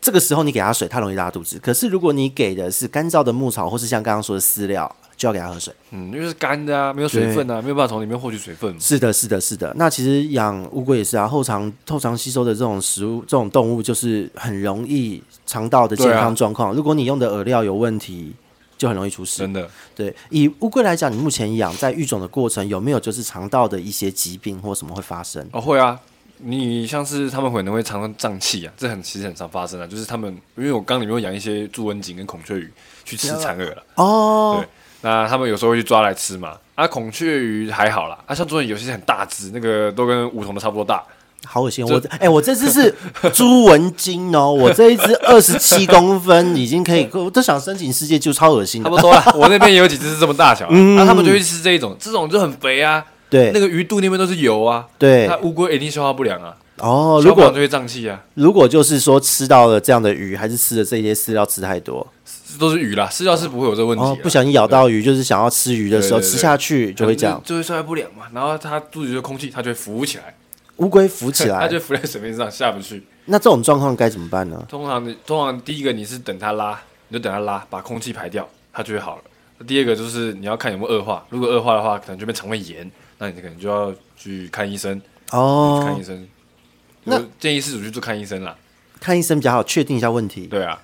Speaker 1: 这个时候你给它水，它容易拉肚子。可是如果你给的是干燥的牧草，或是像刚刚说的饲料，就要给它喝水。
Speaker 2: 嗯，因为是干的啊，没有水分啊，没有办法从里面获取水分嘛。
Speaker 1: 是的，是的，是的。那其实养乌龟也是啊，后肠后肠吸收的这种食物，这种动物就是很容易肠道的健
Speaker 2: 对啊
Speaker 1: 康状况。如果你用的饵料有问题，就很容易出事。
Speaker 2: 真的，
Speaker 1: 对，以乌龟来讲，你目前养在育种的过程有没有就是肠道的一些疾病或什么会发生？
Speaker 2: 哦，会啊，你像是他们可能会常常胀气啊，这很其实很常发生啊，就是他们因为我缸里面会养一些朱文锦跟孔雀鱼去吃蚕蛾了，
Speaker 1: 哦，
Speaker 2: 对，那他们有时候会去抓来吃嘛。啊，孔雀鱼还好啦，啊，像朱文锦有些很大只，那个都跟梧桐的差不多大，
Speaker 1: 好恶心！我哎、我这只是朱文金哦， 我这一只二十七公分，已经可以，我都想申请世界就超恶心
Speaker 2: 差
Speaker 1: 的。
Speaker 2: 不多啦。啊 我那边也有几只是这么大小啊，那、他们就会吃这一种，这种就很肥啊，
Speaker 1: 对
Speaker 2: 那个鱼肚那边都是油啊，
Speaker 1: 对
Speaker 2: 那乌龟一定消化不良啊，
Speaker 1: 哦，如
Speaker 2: 消化不良
Speaker 1: 果
Speaker 2: 就会胀气啊，
Speaker 1: 如果就是说吃到了这样的鱼，还是吃了这些饲料吃太多，
Speaker 2: 这都是鱼啦，饲料是不会有这个问题、啊
Speaker 1: 哦，不小心咬到鱼，就是想要吃鱼的时候
Speaker 2: 对对对
Speaker 1: 吃下去就会这样，
Speaker 2: 就会消化不良嘛，然后它肚子就空气，它就会浮起来，
Speaker 1: 乌龟浮起
Speaker 2: 它
Speaker 1: 来。
Speaker 2: 就浮在水面上下不去。
Speaker 1: 那这种状况该怎么办呢？
Speaker 2: 通常你通常第一个你是等它拉，你就等它拉，把空气排掉，它就会好了。第二个就是你要看有没有恶化，如果恶化的话，可能就变肠胃炎，那你可能就要去看医生，看
Speaker 1: 哦
Speaker 2: 医，生。
Speaker 1: 那
Speaker 2: 我建议事主去做看医生啦。
Speaker 1: 看医生比较好，确定一下问题。
Speaker 2: 对啊，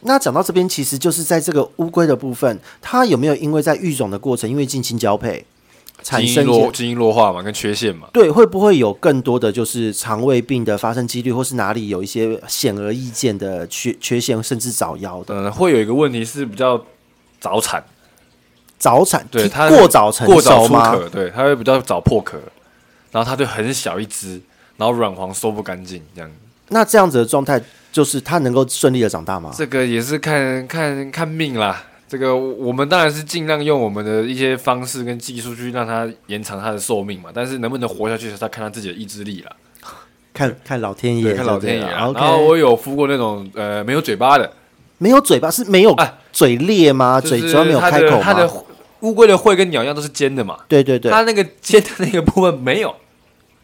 Speaker 1: 那讲到这边，其实就是在这个乌龟的部分，它有没有因为在育种的过程，因为近亲交配产
Speaker 2: 基
Speaker 1: 生
Speaker 2: 因
Speaker 1: 这
Speaker 2: 弱基因弱化嘛，跟缺陷嘛，
Speaker 1: 对，会不会有更多的就是肠胃病的发生几率，或是哪里有一些显而易见的缺缺陷，甚至早夭的
Speaker 2: 嗯，会有一个问题是比较早产，
Speaker 1: 早产，
Speaker 2: 对
Speaker 1: 提
Speaker 2: 它
Speaker 1: 过早成
Speaker 2: 过早
Speaker 1: 熟
Speaker 2: 出
Speaker 1: 吗？
Speaker 2: 壳，对，它会比较早破壳，然后它就很小一只，然后软黄收不干净这样。
Speaker 1: 那这样子的状态，就是它能够顺利的长大吗？
Speaker 2: 这个也是看看看命啦。这个我们当然是尽量用我们的一些方式跟技术去让它延长它的寿命嘛，但是能不能活下去，是它看它自己的意志力啦，
Speaker 1: 看看老天爷就
Speaker 2: 对，
Speaker 1: 对了，
Speaker 2: 看老天爷啦。
Speaker 1: 啊 OK
Speaker 2: 然后我有孵过那种呃没有嘴巴的，
Speaker 1: 没有嘴巴是没有
Speaker 2: 哎
Speaker 1: 嘴裂吗？
Speaker 2: 就是
Speaker 1: 嘴主要没有
Speaker 2: 它
Speaker 1: 开
Speaker 2: 的
Speaker 1: 口
Speaker 2: 它的
Speaker 1: 吗？
Speaker 2: 乌龟的喙跟鸟一样都是尖的嘛，
Speaker 1: 对对对，
Speaker 2: 它那个尖的那个部分没有，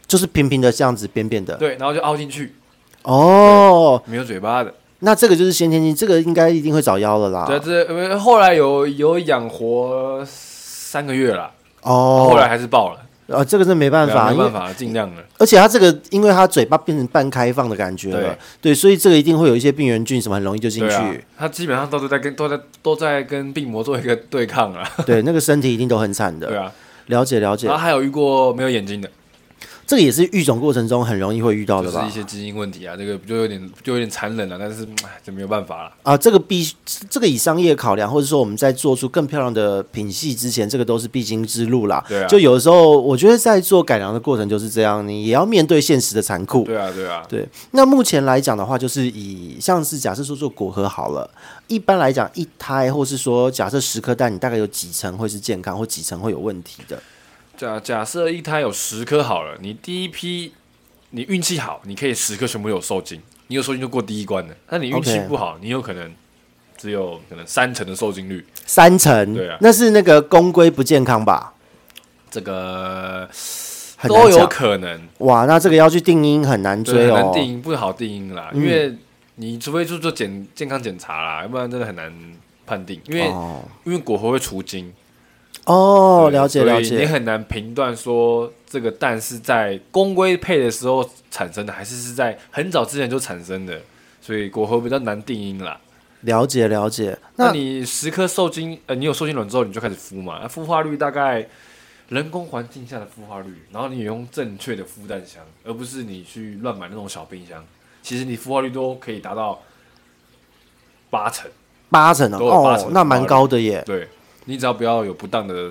Speaker 1: 就是平平的这样子，扁扁的。
Speaker 2: 对，然后就凹进去，
Speaker 1: 哦，
Speaker 2: 没有嘴巴的。
Speaker 1: 那这个就是先天性，这个应该一定会早夭了啦。
Speaker 2: 对，这呃后来有有养活三个月啦，
Speaker 1: 哦，
Speaker 2: 后来还是爆了，
Speaker 1: 呃，这个是没办
Speaker 2: 对啊
Speaker 1: 法，
Speaker 2: 没
Speaker 1: 因为
Speaker 2: 办法，尽量了。
Speaker 1: 而且它这个，因为它嘴巴变成半开放的感觉了，对，所以这个一定会有一些病原菌什么，很容易就进
Speaker 2: 对
Speaker 1: 去。
Speaker 2: 啊，他基本上都是在跟都在都在跟病魔做一个对抗 啊。
Speaker 1: 对，那个身体一定都很惨
Speaker 2: 对
Speaker 1: 的。
Speaker 2: 啊，
Speaker 1: 了解了解
Speaker 2: 然，后还有遇过没有眼睛的，
Speaker 1: 这个也是育种过程中很容易会遇到
Speaker 2: 就
Speaker 1: 的
Speaker 2: 是
Speaker 1: 吧
Speaker 2: 一？些基因问题啊，这个就有点就有点残忍了、但是唉，这没有办法了。
Speaker 1: 啊，这个必这个以商业考量，或者说我们在做出更漂亮的品系之前，这个都是必经之路啦。
Speaker 2: 对啊
Speaker 1: 就有的时候，我觉得在做改良的过程就是这样，你也要面对现实的残酷。
Speaker 2: 对啊，对啊，
Speaker 1: 对，那目前来讲的话，就是以像是假设说做果核好了，一般来讲一胎，或是说假设十颗蛋，你大概有几成会是健康，或几成会有问题的？
Speaker 2: 假假设一胎有十颗好了，你第一批你运气好，你可以十颗全部有受精，你有受精就过第一关了。那你运气
Speaker 1: OK
Speaker 2: 不好，你有可能只有可能三成的受精率。
Speaker 1: 三成，
Speaker 2: 对啊
Speaker 1: 那是那个公龟不健康吧？
Speaker 2: 这个
Speaker 1: 很难
Speaker 2: 都有
Speaker 1: 讲
Speaker 2: 可能，
Speaker 1: 哇，那这个要去定音很难
Speaker 2: 对，
Speaker 1: 追
Speaker 2: 很
Speaker 1: 哦嗯
Speaker 2: 难。定音不好定音啦，因为你除非就做检健康检查啦，要不然真的很难判定，因为、
Speaker 1: 哦
Speaker 2: 因为果核会除精，
Speaker 1: 哦，
Speaker 2: 对
Speaker 1: 了解
Speaker 2: 所以
Speaker 1: 了
Speaker 2: 你
Speaker 1: 解，
Speaker 2: 很难评断说这个蛋是在公龟配的时候产生的，还是是在很早之前就产生的，所以果核比较难定音啦。
Speaker 1: 了解了解。
Speaker 2: 那
Speaker 1: 那
Speaker 2: 你十颗受精，呃，你有受精卵之后你就开始孵嘛，那孵化率大概。人工环境下的孵化率，然后你用正确的孵蛋箱，而不是你去乱买那种小冰箱。其实你孵化率都可以达到八成，
Speaker 1: 八成哦，
Speaker 2: 都有八成
Speaker 1: 哦，那蛮高的耶，
Speaker 2: 对你只要不要有不当的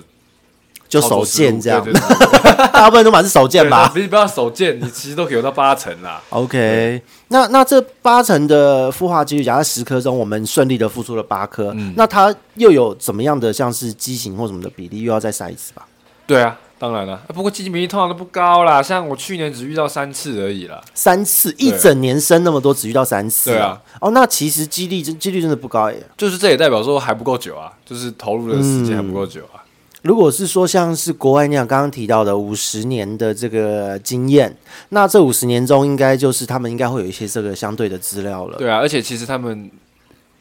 Speaker 1: 就
Speaker 2: 操作
Speaker 1: 手
Speaker 2: 失误
Speaker 1: 贱这样
Speaker 2: 对，对对对
Speaker 1: 大部分都满是手贱
Speaker 2: 对
Speaker 1: 吧？
Speaker 2: 不是不要手贱，你其实都可以有到八成 啦。
Speaker 1: OK，那那这八成的孵化几率，假设十颗中我们顺利的孵出了八颗，
Speaker 2: 嗯
Speaker 1: 那它又有怎么样的像是畸形或什么的比例，又要再筛一次吧？
Speaker 2: 对啊，当然啦，啊不过基金比例通常都不高啦，像我去年只遇到三次而已啦。
Speaker 1: 三次一
Speaker 2: 对
Speaker 1: 整年生那么多，只遇到三次、
Speaker 2: 对啊。
Speaker 1: 哦，那其实几率真几率真的不高耶。
Speaker 2: 就是这也代表说还不够久啊，就是投入的时间还不够久啊。
Speaker 1: 如果是说像是国外那样刚刚提到的五十年的这个经验，那这五十年中应该就是他们应该会有一些这个相对的资料了。
Speaker 2: 对啊，而且其实他们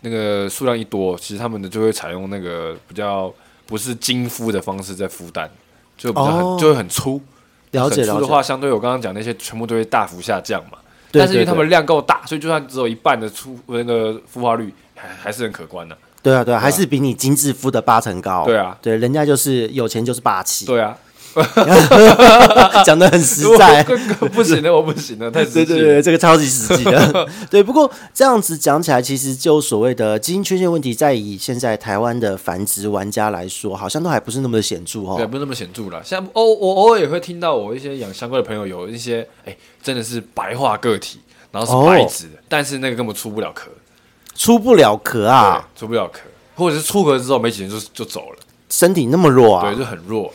Speaker 2: 那个数量一多，其实他们的就会采用那个比较不是精敷的方式在孵蛋，就比较很、
Speaker 1: 哦
Speaker 2: 就会很粗。
Speaker 1: 了解
Speaker 2: 很粗
Speaker 1: 了
Speaker 2: 的
Speaker 1: 解，
Speaker 2: 话，相对我刚刚讲那些，全部都会大幅下降嘛。
Speaker 1: 对
Speaker 2: 但是因为
Speaker 1: 对
Speaker 2: 他
Speaker 1: 对
Speaker 2: 们量够大，所以就算只有一半的出那个孵化率，还还是很可观的、
Speaker 1: 对啊对啊，还是比你精致敷的八成高。
Speaker 2: 对啊
Speaker 1: 对，人家就是有钱就是霸气，
Speaker 2: 对啊，
Speaker 1: 讲的很实 在。
Speaker 2: 不行的，我不行 的，太实际
Speaker 1: 对
Speaker 2: 了。
Speaker 1: 对对，这个超级实际 的。对，不过这样子讲起来，其实就所谓的基因缺陷问题，在以现在台湾的繁殖玩家来说，好像都还不是那么的显著
Speaker 2: 对，
Speaker 1: 哦。
Speaker 2: 不是那么显著了。像偶我偶尔也会听到我一些养相关的朋友有一些，哎、真的是白化个体，然后是白
Speaker 1: 哦
Speaker 2: 质的，但是那个根本出不了壳，
Speaker 1: 出不了壳啊，
Speaker 2: 对，出不了壳，或者是出壳之后没几天就就走了，
Speaker 1: 身体那么弱啊
Speaker 2: 对，。就很弱。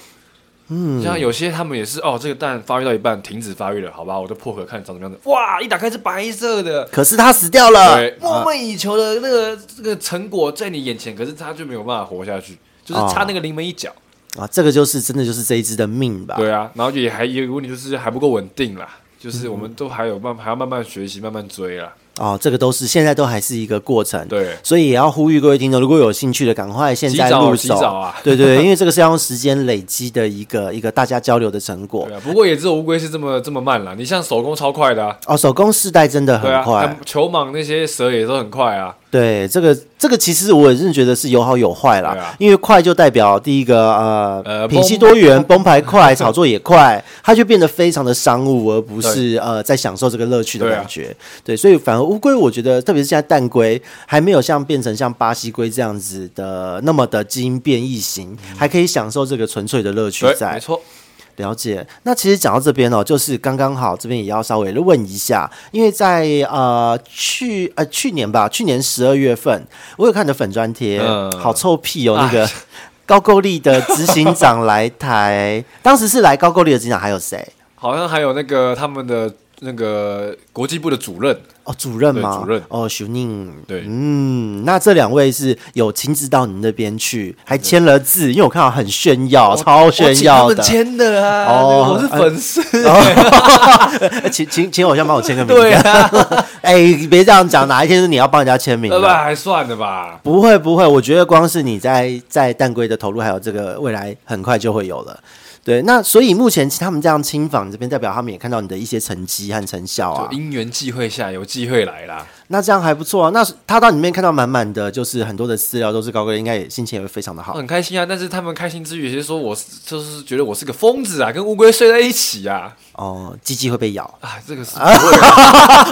Speaker 2: 嗯，像有些他们也是哦，这个蛋发育到一半停止发育了，好吧，我就破壳看长什么样子。哇，一打开是白色的，
Speaker 1: 可是它死掉了。
Speaker 2: 对，梦寐以求的那个这个成果在你眼前，可是它就没有办法活下去，就是差那个临门一脚。
Speaker 1: 啊，这个就是真的就是这一只的命吧？
Speaker 2: 对啊，然后也还有一个问题就是还不够稳定啦，就是我们都还有慢，还要慢慢学习，慢慢追啦。
Speaker 1: 哦，这个都是现在都还是一个过程。
Speaker 2: 对
Speaker 1: 所以也要呼吁各位听众，如果有兴趣的，赶快现在
Speaker 2: 及早
Speaker 1: 入
Speaker 2: 及
Speaker 1: 手。
Speaker 2: 早啊
Speaker 1: 对对对，因为这个是要用时间累积的一个一个大家交流的成果
Speaker 2: 对。啊，不过也只有乌龟是这么这么慢啦。你像手工超快的、啊，
Speaker 1: 哦，手工世代真的很
Speaker 2: 对啊，
Speaker 1: 快，
Speaker 2: 还球蟒那些蛇也都很快啊。
Speaker 1: 对这个这个其实我也是觉得是有好有坏啦，
Speaker 2: 对啊
Speaker 1: 因为快就代表第一个呃
Speaker 2: 呃
Speaker 1: 品系
Speaker 2: 崩
Speaker 1: 多元，崩盘 快，炒作也快，它就变得非常的商务，而不是呃在享受这个乐趣的
Speaker 2: 对啊
Speaker 1: 感觉。对，所以反而乌龟，我觉得特别是现在蛋龟还没有像变成像巴西龟这样子的那么的基因变异型，还可以享受这个纯粹的乐趣
Speaker 2: 嗯对，
Speaker 1: 在
Speaker 2: 没。错，
Speaker 1: 了解。那其实讲到这边哦，就是刚刚好，这边也要稍微问一下，因为在呃去呃去年吧，去年十二月份，我有看你的粉专贴，
Speaker 2: 嗯哎
Speaker 1: 好臭屁哦，那个 高câu力的执行长来台，当时是来高câu力的执行长还有谁？
Speaker 2: 好像还有那个他们的那个国际部的主任，
Speaker 1: 哦，主任吗？
Speaker 2: 对主任
Speaker 1: 哦，徐宁。
Speaker 2: 对
Speaker 1: 嗯，那这两位是有亲自到你那边去，还签了字，因为我看到很炫耀，超炫耀
Speaker 2: 哦我请他们
Speaker 1: 的。
Speaker 2: 签的啊，
Speaker 1: 哦
Speaker 2: 我是粉 丝。
Speaker 1: 请请请偶像帮我签个名。
Speaker 2: 对啊，
Speaker 1: 哎、别这样讲，哪一天是你要帮人家签名
Speaker 2: 对
Speaker 1: 的？
Speaker 2: 吧？还算了吧。
Speaker 1: 不会不会，我觉得光是你在在蛋龟的投入，还有这个未来很快就会有了。对，那所以目前其实他们这样亲访这边，代表他们也看到你的一些成绩和成效啊
Speaker 2: 就。因缘际会下，有机会来啦。
Speaker 1: 那这样还不错啊。那他到里面看到满满的，就是很多的资料都是高哥，应该也心情也会非常的好。
Speaker 2: 很开心啊，但是他们开心之余，也是说我是就是觉得我是个疯子啊，跟乌龟睡在一起啊，，
Speaker 1: 哦，鸡鸡会被咬
Speaker 2: 啊，这个是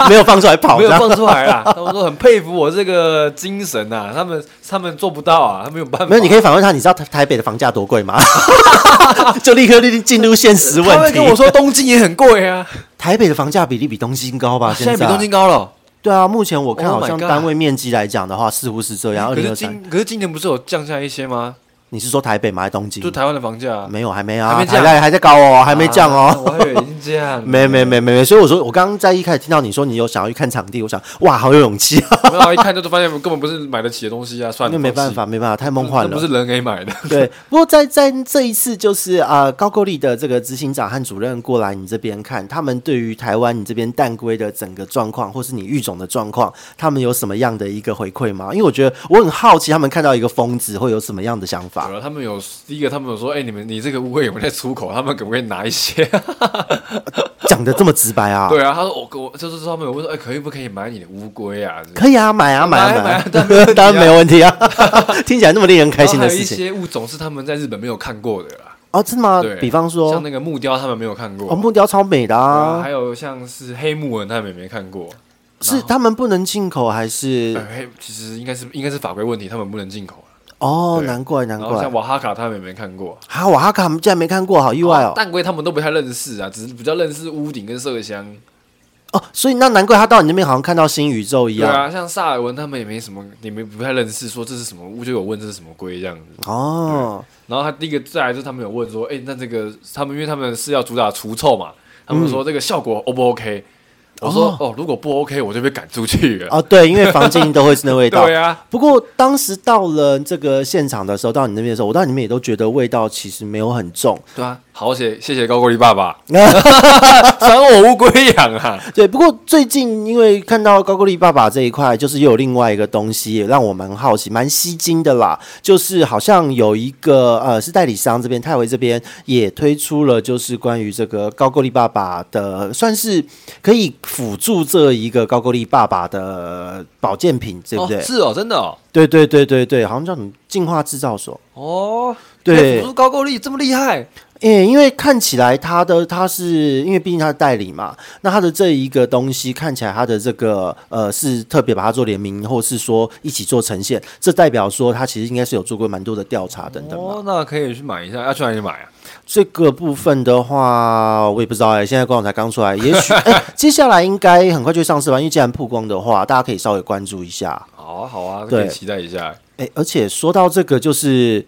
Speaker 1: 没有放出来跑
Speaker 2: 没
Speaker 1: 这
Speaker 2: 有
Speaker 1: 样。
Speaker 2: 放出来啦。他们说很佩服我这个精神啊，他们他们做不到啊，他们有办法。
Speaker 1: 没有，你可以反问他，你知道台台北的房价多贵吗？ 就立刻立进入现实
Speaker 2: 他
Speaker 1: 问
Speaker 2: 们
Speaker 1: 题
Speaker 2: 跟。我说东京也很贵啊，
Speaker 1: 台北的房价比例比东京高吧？
Speaker 2: 现在比东京高了。
Speaker 1: 对啊，目前我看
Speaker 2: Oh
Speaker 1: 好
Speaker 2: my
Speaker 1: 像
Speaker 2: God
Speaker 1: 单位面积来讲的话，似乎是这样。二
Speaker 2: 可
Speaker 1: 零二
Speaker 2: 是
Speaker 1: 三，
Speaker 2: 今可是今年不是有降下一些吗？
Speaker 1: 你是说台北吗？还是东京
Speaker 2: 就？台湾的房价啊
Speaker 1: 没有，还没啊，
Speaker 2: 还
Speaker 1: 还
Speaker 2: 没降
Speaker 1: 在还在高哦，嗯还没降
Speaker 2: 啊
Speaker 1: 哦。。
Speaker 2: 我还以为已经这 样
Speaker 1: 没没没没没，所以我说我刚刚在一开始听到你说你有想要去看场地，我想哇，好有勇气啊！
Speaker 2: 没有，一看就发现根本不是买得起的东西啊，算了，
Speaker 1: 那没办
Speaker 2: 放弃，
Speaker 1: 法，没办法，太梦
Speaker 2: 这
Speaker 1: 幻
Speaker 2: 不
Speaker 1: 了。
Speaker 2: 是人可以买的。
Speaker 1: 对，不过在在这一次就是啊、高句丽的这个执行长和主任过来你这边看，他们对于台湾你这边蛋龟的整个状况，或是你育种的状况，他们有什么样的一个回馈吗？因为我觉得我很好奇，他们看到一个疯子会有什么样的想法
Speaker 2: 有。了，啊他们有第一个，他们有说，哎、你们你这个乌龟有没有在出口？他们可不可以拿一 些？
Speaker 1: 讲的这么直白啊？
Speaker 2: 对啊，他说我我就是说他们有问说，哎、可以不可以买你的乌龟啊？
Speaker 1: 可以啊，买啊，买啊，
Speaker 2: 买啊
Speaker 1: 买啊
Speaker 2: 买啊当然没问题，啊
Speaker 1: 当然没问题啊， 听起来那么令人开
Speaker 2: 然后
Speaker 1: 心
Speaker 2: 还
Speaker 1: 的
Speaker 2: 有一
Speaker 1: 事情
Speaker 2: 些物种是他们在日本没有看过的啦。
Speaker 1: 哦，真的吗
Speaker 2: 对，？
Speaker 1: 比方
Speaker 2: 像
Speaker 1: 说，
Speaker 2: 那个木雕，他们没有看过。
Speaker 1: 哦，木雕超美的
Speaker 2: 啊，
Speaker 1: 啊
Speaker 2: 还，有像是黑木纹，他们也没看过。
Speaker 1: 是他们不能进口还是
Speaker 2: 呃？黑其实应该是应该是法规问题，他们不能进口。
Speaker 1: 哦，
Speaker 2: 对
Speaker 1: 难怪难
Speaker 2: 然后
Speaker 1: 怪
Speaker 2: 像，瓦哈卡，他们也没看过。
Speaker 1: 哈瓦哈卡竟然没看过，好意外哦。
Speaker 2: 蛋龟他们都不太认识啊，只是比较认识屋顶跟麝香。
Speaker 1: 哦，所以那难怪他到你那边好像看到新宇宙一
Speaker 2: 对
Speaker 1: 样。
Speaker 2: 啊，像萨尔文他们也没什么，你们不太认识，说这是什么屋就有问这是什么龟这样子。
Speaker 1: 哦，
Speaker 2: 然后他第一个再来就是他们有问说，
Speaker 1: 嗯
Speaker 2: 哎、那这个他们因为他们是要主打除臭嘛，他们说这个效果 O 不 OK？我说哦，如果不 OK，我就被赶出去了。
Speaker 1: 哦，对，因为房间都会是那味道。
Speaker 2: 对啊，
Speaker 1: 不过当时到了这个现场的时候，到你那边的时候，我到你们也都觉得味道其实没有很重。
Speaker 2: 对啊，好谢谢谢高国立爸 爸，赏我乌龟养啊！
Speaker 1: 对，不过最近因为看到高句丽爸爸这一块，就是又有另外一个东西也让我蛮好奇、蛮吸睛的啦。就是好像有一个呃，是代理商这边泰维这边也推出了，就是关于这个高句丽爸爸的，算是可以辅助这一个高句丽爸爸的保健品，对不对？
Speaker 2: 哦是哦，真的哦，
Speaker 1: 对对对对对，好像叫什么进化制造所。
Speaker 2: 哦，
Speaker 1: 对
Speaker 2: 辅助高国立这么厉害，
Speaker 1: 诶、欸因为看起来它的它是因为毕竟它是代理嘛，那它的这一个东西看起来它的这个呃是特别把它做联名，或是说一起做呈现，这代表说它其实应该是有做过蛮多的调查等等嘛。
Speaker 2: 哦，那可以去买一下，要去哪里买啊？
Speaker 1: 这个部分的话，我也不知道哎、现在官网才刚出来，也 许、诶接下来应该很快就会上市吧，因为既然曝光的话，大家可以稍微关注一下。
Speaker 2: 好啊，好啊，
Speaker 1: 对
Speaker 2: 可以期待一下。
Speaker 1: 哎、而且说到这个，就是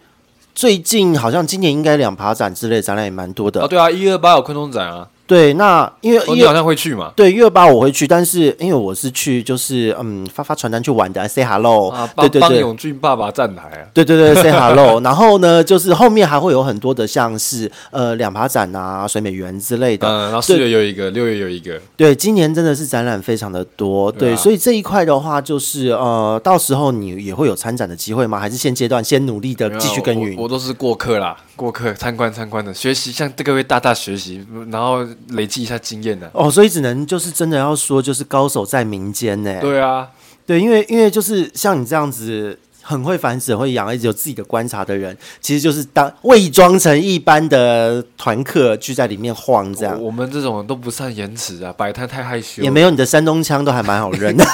Speaker 1: 最近好像今年应该两爬展之类的展览也蛮多的。
Speaker 2: 啊，对啊，一二八有昆虫展啊，
Speaker 1: 对，那因为
Speaker 2: 哦
Speaker 1: 因
Speaker 2: 你
Speaker 1: 为
Speaker 2: 好像会去嘛？
Speaker 1: 对，一二八我会去，但是因为我是去就是嗯发发传单去玩的，say hello，、
Speaker 2: 啊，
Speaker 1: 哦对
Speaker 2: 帮
Speaker 1: 对
Speaker 2: 帮
Speaker 1: 对。
Speaker 2: 永俊爸爸站台啊。
Speaker 1: 对对对，say hello，然 后呢，就是后面还会有很多的，像是呃两爬展啊、水美园之类的。
Speaker 2: 嗯，然后四月有一个，六月有一个，
Speaker 1: 对，今年真的是展览非常的多，对，
Speaker 2: 对啊
Speaker 1: 所以这一块的话，就是呃，到时候你也会有参展的机会吗？还是现阶段先努力的呃继续耕
Speaker 2: 没有
Speaker 1: 耘
Speaker 2: 我？我都是过客啦，过客参观参观的，学习向各位大大学习，然后累积一下经验的。
Speaker 1: 哦，所以只能就是真的要说，就是高手在民间呢、
Speaker 2: 对啊，
Speaker 1: 对，因为因为就是像你这样子很会繁殖、很会养，一直有自己的观察的人，其实就是当伪装成一般的团客去在里面晃这样
Speaker 2: 我。我们这种人都不善言辞啊，摆摊太害羞了。
Speaker 1: 也没有你的山东腔都还蛮好认的，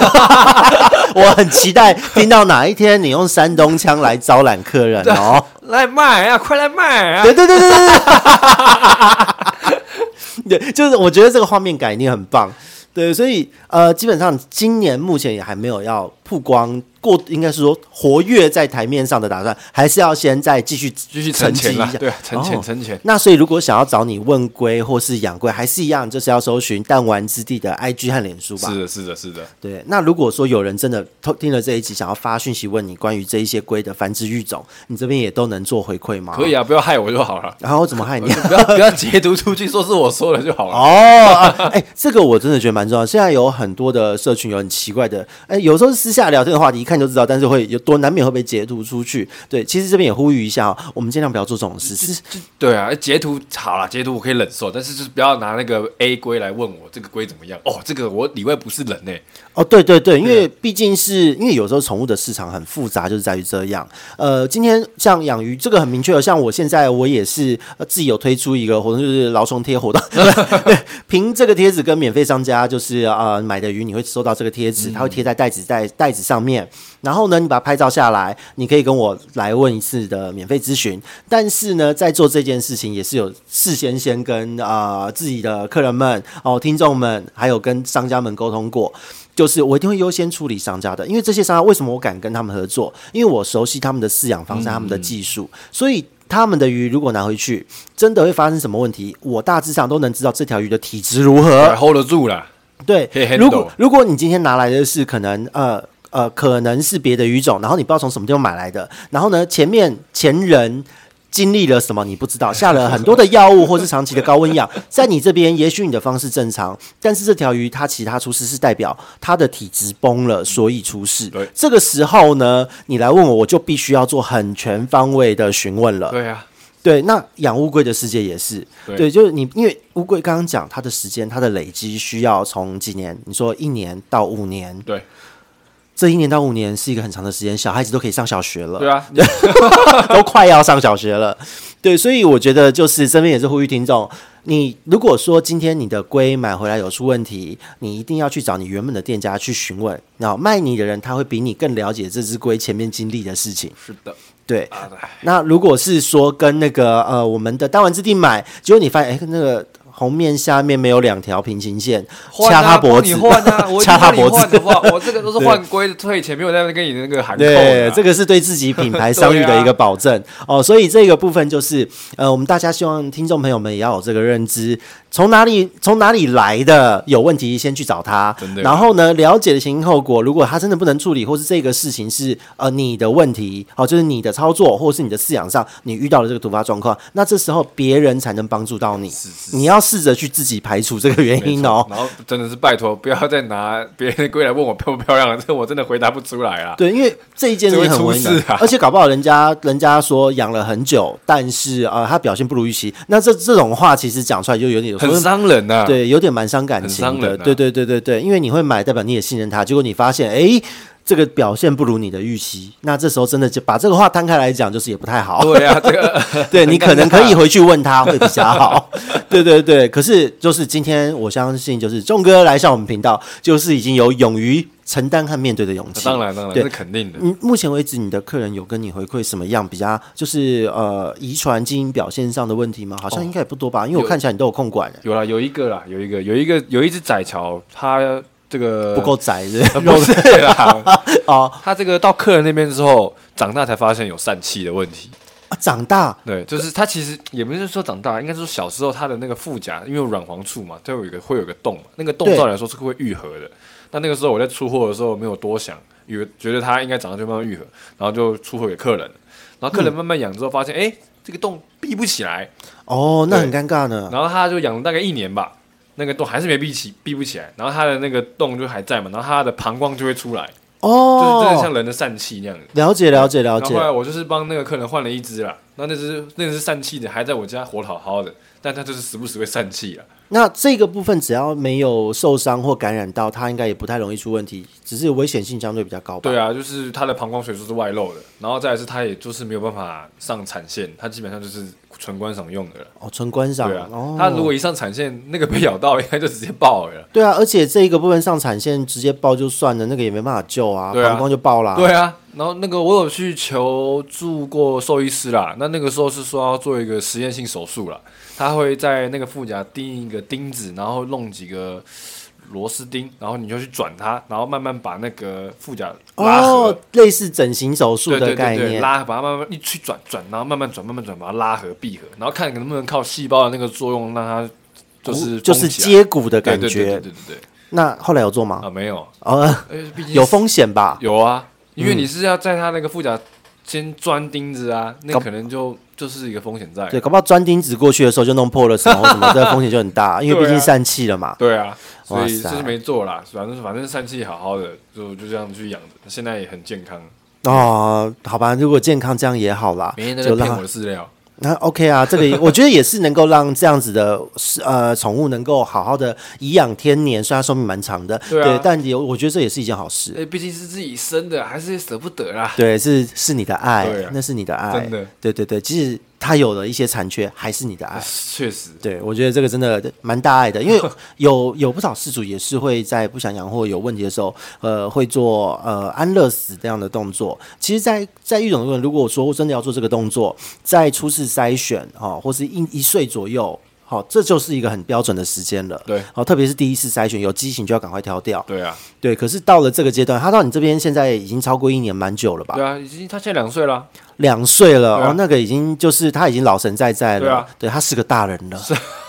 Speaker 1: 我很期待听到哪一天你用山东腔来招揽客人哦。
Speaker 2: 来卖啊，快来卖啊！
Speaker 1: 对对对对对 对，对，就是我觉得这个画面感一定很棒。对，所以呃，基本上今年目前也还没有要曝光过，应该是说活跃在台面上的打算，还是要先再继续
Speaker 2: 继续存钱
Speaker 1: 沉
Speaker 2: 啦
Speaker 1: 积一，下
Speaker 2: 对啊，存钱
Speaker 1: 哦
Speaker 2: 存钱。
Speaker 1: 那所以，如果想要找你问龟或是养龟，还是一样，就是要搜寻弹丸之地的 IG 和脸书吧哦
Speaker 2: 是。的，是的，是的。
Speaker 1: 对，那如果说有人真的偷听了这一集，想要发讯息问你关于这一些龟的繁殖育种，你这边也都能做回馈吗？，
Speaker 2: 可以。啊，不要害我就好了
Speaker 1: 然后我怎么害你？啊
Speaker 2: 不要不要截图出去说是我说的就好了。
Speaker 1: 哦，啊哎、这个我真的觉得蛮重要。现在有很多的社群有很奇怪的，哎、有时候是私下聊天的话题，一看就知道，但是会有多难免会被截图出去。对，其实这边也呼吁一下、哦，我们尽量不要做这种事。是
Speaker 2: 对啊，截图好了，截图我可以忍受，但是就是不要拿那个 A 龟来问我这个龟怎么样。哦，这个我里外不是人欸呢、
Speaker 1: 哦，对对对，因为毕竟是因为有时候宠物的市场很复杂，就是在于这样。呃，今天像养鱼这个很明确的，像我现在我也是、呃自己有推出一个活动，就是劳虫贴活动。 对，凭这个贴纸跟免费商家就是呃买的鱼，你会收到这个贴纸，它会贴在袋子袋袋子上面。然后呢，你把它拍照下来，你可以跟我来问一次的免费咨询。但是呢，在做这件事情也是有事先先跟啊、呃自己的客人们、哦听众们，还有跟商家们沟通过。就是我一定会优先处理商家的，因为这些商家为什么我敢跟他们合作？因为我熟悉他们的饲养方式、他们的技术，所以他们的鱼如果拿回去，真的会发生什么问题，我大致上都能知道这条鱼的体质如何
Speaker 2: 还。hold 得住啦。
Speaker 1: 对
Speaker 2: 可以，handle
Speaker 1: 如果如果你今天拿来的是可能呃呃可能是别的鱼种，然后你不知道从什么地方买来的，然后呢前面前人。经历了什么你不知道，下了很多的药物或是长期的高温养， 在你这边也许你的方式正常，但是这条鱼它其他出事是代表它的体质崩了，所以出事
Speaker 2: 对。
Speaker 1: 这个时候呢，你来问我，我就必须要做很全方位的询问了。
Speaker 2: 对啊，
Speaker 1: 对，那养乌龟的世界也是，
Speaker 2: 对
Speaker 1: 对，就是你，因为乌龟刚刚讲它的时间，它的累积需要从几年，你说一年到五年，
Speaker 2: 对
Speaker 1: 这一年到五年是一个很长的时间，小孩子都可以上小学了，
Speaker 2: 对啊，
Speaker 1: 都快要上小学了，对，所以我觉得就是这边也是呼吁听众，你如果说今天你的龟买回来有出问题，你一定要去找你原本的店家去询问，然后卖你的人他会比你更了解这只龟前面经历的事情，
Speaker 2: 是的
Speaker 1: 对，
Speaker 2: 啊，对
Speaker 1: 那如果是说跟那个呃我们的弹丸之地买，结果你发现哎、那个红面下面没有两条平行线，
Speaker 2: 换
Speaker 1: 掐
Speaker 2: 啊
Speaker 1: 他脖
Speaker 2: 帮你
Speaker 1: 子，
Speaker 2: 换 啊！我一定
Speaker 1: 掐他
Speaker 2: 帮你
Speaker 1: 脖
Speaker 2: 换的
Speaker 1: 子。
Speaker 2: 话，我 这个都是换规的退钱，没有在那边跟你那个喊扣的
Speaker 1: 对
Speaker 2: 啊。，
Speaker 1: 这个是对自己品牌商誉的一个保证、哦，所以这个部分就是，呃，我们大家希望听众朋友们也要有这个认知，从哪里从哪里来的有问题先去找他
Speaker 2: 真，的
Speaker 1: 然后呢，了解了前因后果，如果他真的不能处理，或是这个事情是呃你的问题，哦，就是你的操作或是你的饲养上你遇到了这个突发状况，那这时候别人才能帮助到你，你要试着去自己排除这个原因哦。
Speaker 2: 然后真的是拜托，不要再拿别人的龟来问我漂不漂亮了，这我真的回答不出来啊啦。
Speaker 1: 对，因为这一件事
Speaker 2: 这会
Speaker 1: 情很
Speaker 2: 出
Speaker 1: 为难
Speaker 2: 事，啊
Speaker 1: 而且搞不好人家人家说养了很久，但是啊、呃，他表现不如预期，那这这种话其实讲出来就有点有时
Speaker 2: 很
Speaker 1: 候
Speaker 2: 伤人呐、啊。，
Speaker 1: 对，有点蛮伤感
Speaker 2: 很
Speaker 1: 情
Speaker 2: 伤
Speaker 1: 的。
Speaker 2: 人啊
Speaker 1: 对对对对对，因为你会买，代表你也信任他，结果你发现，哎，这个表现不如你的预期，那这时候真的就把这个话摊开来讲，就是也不太好。
Speaker 2: 对啊，这个
Speaker 1: 对你可能可以
Speaker 2: 很尴尬
Speaker 1: 回去问他会比较好。 对对对，可是就是今天我相信，就是仲哥来上我们频道，就是已经有勇于承担和面对的勇气。
Speaker 2: 当然当然，
Speaker 1: 对
Speaker 2: 这是肯定的。
Speaker 1: 嗯，目前为止，你的客人有跟你回馈什么样比较就是呃遗传基因表现上的问题吗？好像应该也不多吧，因为我看起来你都有控管、欸，
Speaker 2: 有啦，有一个啦，有一个，有一个，有一只窄桥，它这个
Speaker 1: 不够窄是
Speaker 2: 呃
Speaker 1: 不
Speaker 2: 不
Speaker 1: 是
Speaker 2: 是啦，
Speaker 1: 哦、
Speaker 2: 它这个到客人那边之后，长大才发现有疝气的问题。
Speaker 1: 啊长大
Speaker 2: 对，就是它其实也不是说长大，应该是说小时候它的那个腹甲，因为有软黄处嘛，它有一个会有一个洞嘛，那个洞
Speaker 1: 对
Speaker 2: 照理来说是会愈合的。那那个时候我在出货的时候没有多想，以为觉得它应该长大就慢慢愈合，然后就出货给客人，然后客人慢慢养之后发现，哎、这个洞闭不起来，
Speaker 1: 哦，那很
Speaker 2: 对
Speaker 1: 尴尬呢。
Speaker 2: 然后他就养了大概一年吧，那个洞还是没闭起，闭不起来，然后他的那个洞就还在嘛，然后他的膀胱就会出来，就是真
Speaker 1: 哦，
Speaker 2: 的像人的疝气那样子。
Speaker 1: 了解了解了
Speaker 2: 然后
Speaker 1: 解
Speaker 2: 后，来我就是帮那个客人换了一只啦，那那只那只疝气的还在我家活得好好的，但它就是时不时会疝气啊。
Speaker 1: 那这个部分只要没有受伤或感染到，它应该也不太容易出问题，只是危险性相对比较高吧。
Speaker 2: 对啊，就是它的膀胱水素是外露的，然后再来是它也就是没有办法上产线，它基本上就是纯观赏用的了。
Speaker 1: 哦，纯观赏
Speaker 2: 对啊
Speaker 1: 哦，，
Speaker 2: 它如果一上产线，那个被咬到应该就直接爆了。
Speaker 1: 对啊，而且这一个部分上产线直接爆就算了，那个也没办法救啊，
Speaker 2: 对啊
Speaker 1: 膀胱就爆啦。
Speaker 2: 对啊，然后那个我有去求助过兽医师啦，那那个时候是说要做一个实验性手术啦，他会在那个腹甲钉一个钉子，然后弄几个螺丝钉，然后你就去转它，然后慢慢把那个腹甲拉合。
Speaker 1: 哦，类似整形手术
Speaker 2: 对
Speaker 1: 的
Speaker 2: 对
Speaker 1: 概
Speaker 2: 对对，
Speaker 1: 念。
Speaker 2: 拉把它慢慢一去转转，然后慢慢转慢慢转，把它拉合闭合，然后看能不能靠细胞的那个作用让它就是
Speaker 1: 就
Speaker 2: 封
Speaker 1: 是
Speaker 2: 起来
Speaker 1: 接骨的感
Speaker 2: 对对对
Speaker 1: 觉
Speaker 2: 对。对对对
Speaker 1: 那后来有做吗？
Speaker 2: 啊没有，
Speaker 1: 呃，
Speaker 2: 呃毕竟
Speaker 1: 有风险吧？
Speaker 2: 有啊，因为你是要在他那个腹甲先钻钉子啊，那
Speaker 1: 嗯搞
Speaker 2: 可能就就是一个风险在。
Speaker 1: 对，搞不好钻钉子过去的时候就弄破了什么什 么，这个风险就很大，因为毕
Speaker 2: 对
Speaker 1: 竟
Speaker 2: 啊
Speaker 1: 疝气了嘛。
Speaker 2: 对啊，所以
Speaker 1: 哇塞
Speaker 2: 就是没做啦，反正反正疝气好好的，就就这样去养着，现在也很健康，
Speaker 1: 哦，好吧，如果健康这样也好啦
Speaker 2: 每天，都在
Speaker 1: 就
Speaker 2: 骗
Speaker 1: 让
Speaker 2: 我的饲料。
Speaker 1: 那 OK 啊，这个也我觉得也是能够让这样子的呃宠物能够好好的颐养天年，虽然寿命蛮长的，
Speaker 2: 对啊
Speaker 1: 但也我觉得这也是一件好事。
Speaker 2: 哎，毕竟是自己生的，还是舍不得啦。
Speaker 1: 对，是是你的爱
Speaker 2: 对啊，
Speaker 1: 那是你的爱，
Speaker 2: 真的，
Speaker 1: 对对对，即使它有了一些残缺，还是你的爱。
Speaker 2: 哎确实，
Speaker 1: 对，我觉得这个真的蛮大爱的，因 为有有不少事主也是会在不想养或有问题的时候，呃，会做呃安乐死这样的动作。其实在，在育种的人，如果说真的要做这个动作，在初次筛选哈、哦，或是一一岁左右。好、这就是一个很标准的时间了。哦
Speaker 2: 对
Speaker 1: 好、特别是第一次筛选有畸形就要赶快挑掉。
Speaker 2: 对啊，
Speaker 1: 对，可是到了这个阶段，他到你这边现在已经超过一年，蛮久了吧？
Speaker 2: 对啊，已经他现在两岁了，
Speaker 1: 两岁了、
Speaker 2: 对啊
Speaker 1: 哦，那个已经就是他已经老神在在了，
Speaker 2: 对啊
Speaker 1: 他是个大人了，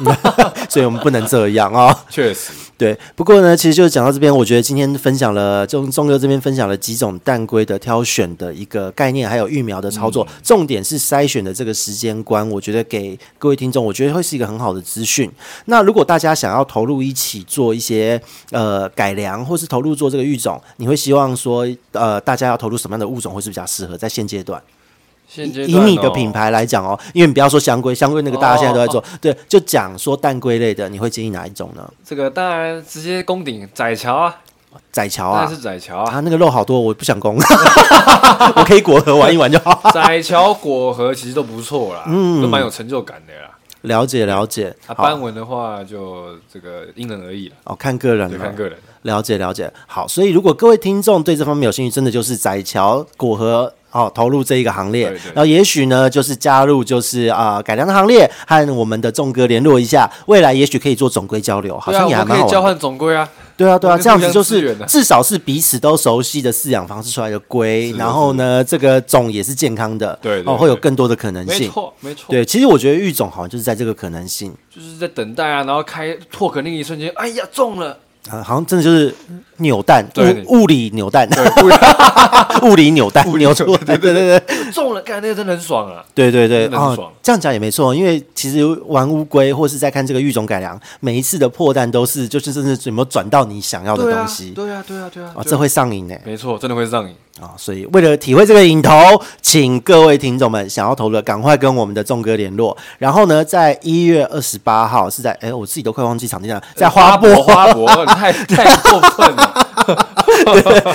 Speaker 1: 所以我们不能这样哦。
Speaker 2: 确实，
Speaker 1: 对，不过呢，其实就讲到这边，我觉得今天分享了钟钟哥这边分享了几种蛋龟的挑选的一个概念，还有育苗的操作，
Speaker 2: 嗯
Speaker 1: 重点是筛选的这个时间观，我觉得给各位听众，我觉得会是一个很好的资讯。那如果大家想要投入一起做一些呃改良，或是投入做这个育种，你会希望说呃大家要投入什么样的物种会是比较适合在现阶段？
Speaker 2: 现阶
Speaker 1: 以
Speaker 2: 段
Speaker 1: 你的
Speaker 2: 哦
Speaker 1: 品牌来讲哦，因为你不要说香龟，香龟那个大家现在都在做，对，就讲说蛋龟类的，你会建议哪一种呢？
Speaker 2: 这个当然直接攻顶窄桥啊，
Speaker 1: 窄桥
Speaker 2: 当然
Speaker 1: 啊
Speaker 2: 是，窄桥啊，
Speaker 1: 啊，那个肉好多，我不想 攻，我可以果核玩一玩就好。
Speaker 2: 窄桥果核其实都不错啦，
Speaker 1: 嗯
Speaker 2: 都蛮有成就感的啦。
Speaker 1: 了解了解，
Speaker 2: 啊，
Speaker 1: 好
Speaker 2: 斑纹的话就这个因人而异了，
Speaker 1: 哦，看个人
Speaker 2: 就
Speaker 1: 了
Speaker 2: 看。个人。
Speaker 1: 了解了解，好，所以如果各位听众对这方面有兴趣，真的就是窄桥果核哦投入这一个行列。
Speaker 2: 对对
Speaker 1: 然后也许呢，就是加入就是啊、改良的行列，和我们的众哥联络一下，未来也许可以做总规交流，好
Speaker 2: 对啊，
Speaker 1: 像也还
Speaker 2: 我
Speaker 1: 蛮
Speaker 2: 们可
Speaker 1: 好
Speaker 2: 以交
Speaker 1: 玩的。
Speaker 2: 换总规啊，
Speaker 1: 对啊，对啊，
Speaker 2: 我们可以
Speaker 1: 这样子
Speaker 2: 互相
Speaker 1: 就
Speaker 2: 支
Speaker 1: 是
Speaker 2: 援啊
Speaker 1: 至少是彼此都熟悉的饲养方式出来的龟，
Speaker 2: 是的
Speaker 1: 然后呢，这个种也是健康的，
Speaker 2: 对对
Speaker 1: 哦，会有
Speaker 2: 对
Speaker 1: 更多的可能
Speaker 2: 没
Speaker 1: 性。
Speaker 2: 错没错，
Speaker 1: 对，其实我觉得育种好像就是在这个可能性，
Speaker 2: 就是在等待啊，然后开拓可那一瞬间，哎呀中了，
Speaker 1: 啊，好像真的就是扭蛋，
Speaker 2: 对
Speaker 1: 物物理扭蛋，物理扭蛋扭出来，对对对对
Speaker 2: 中了，干那个真的很爽啊，
Speaker 1: 对对对，
Speaker 2: 真的很爽
Speaker 1: 哦，这样讲也没错，因为其实玩乌龟或是在看这个育种改良，每一次的破蛋都是就是真的是有没有转到你想要的
Speaker 2: 对啊
Speaker 1: 东西，
Speaker 2: 对啊对啊对啊，
Speaker 1: 哦，
Speaker 2: 对啊
Speaker 1: 这会上瘾呢。
Speaker 2: 没错，真的会上瘾，
Speaker 1: 啊、所以为了体会这个瘾头，请各位听众们想要投入的，赶快跟我们的众哥联络。然后呢，在一月二十八号是在，哎，我自己都快忘记场地了，在花博，
Speaker 2: 博花博，太太过分了，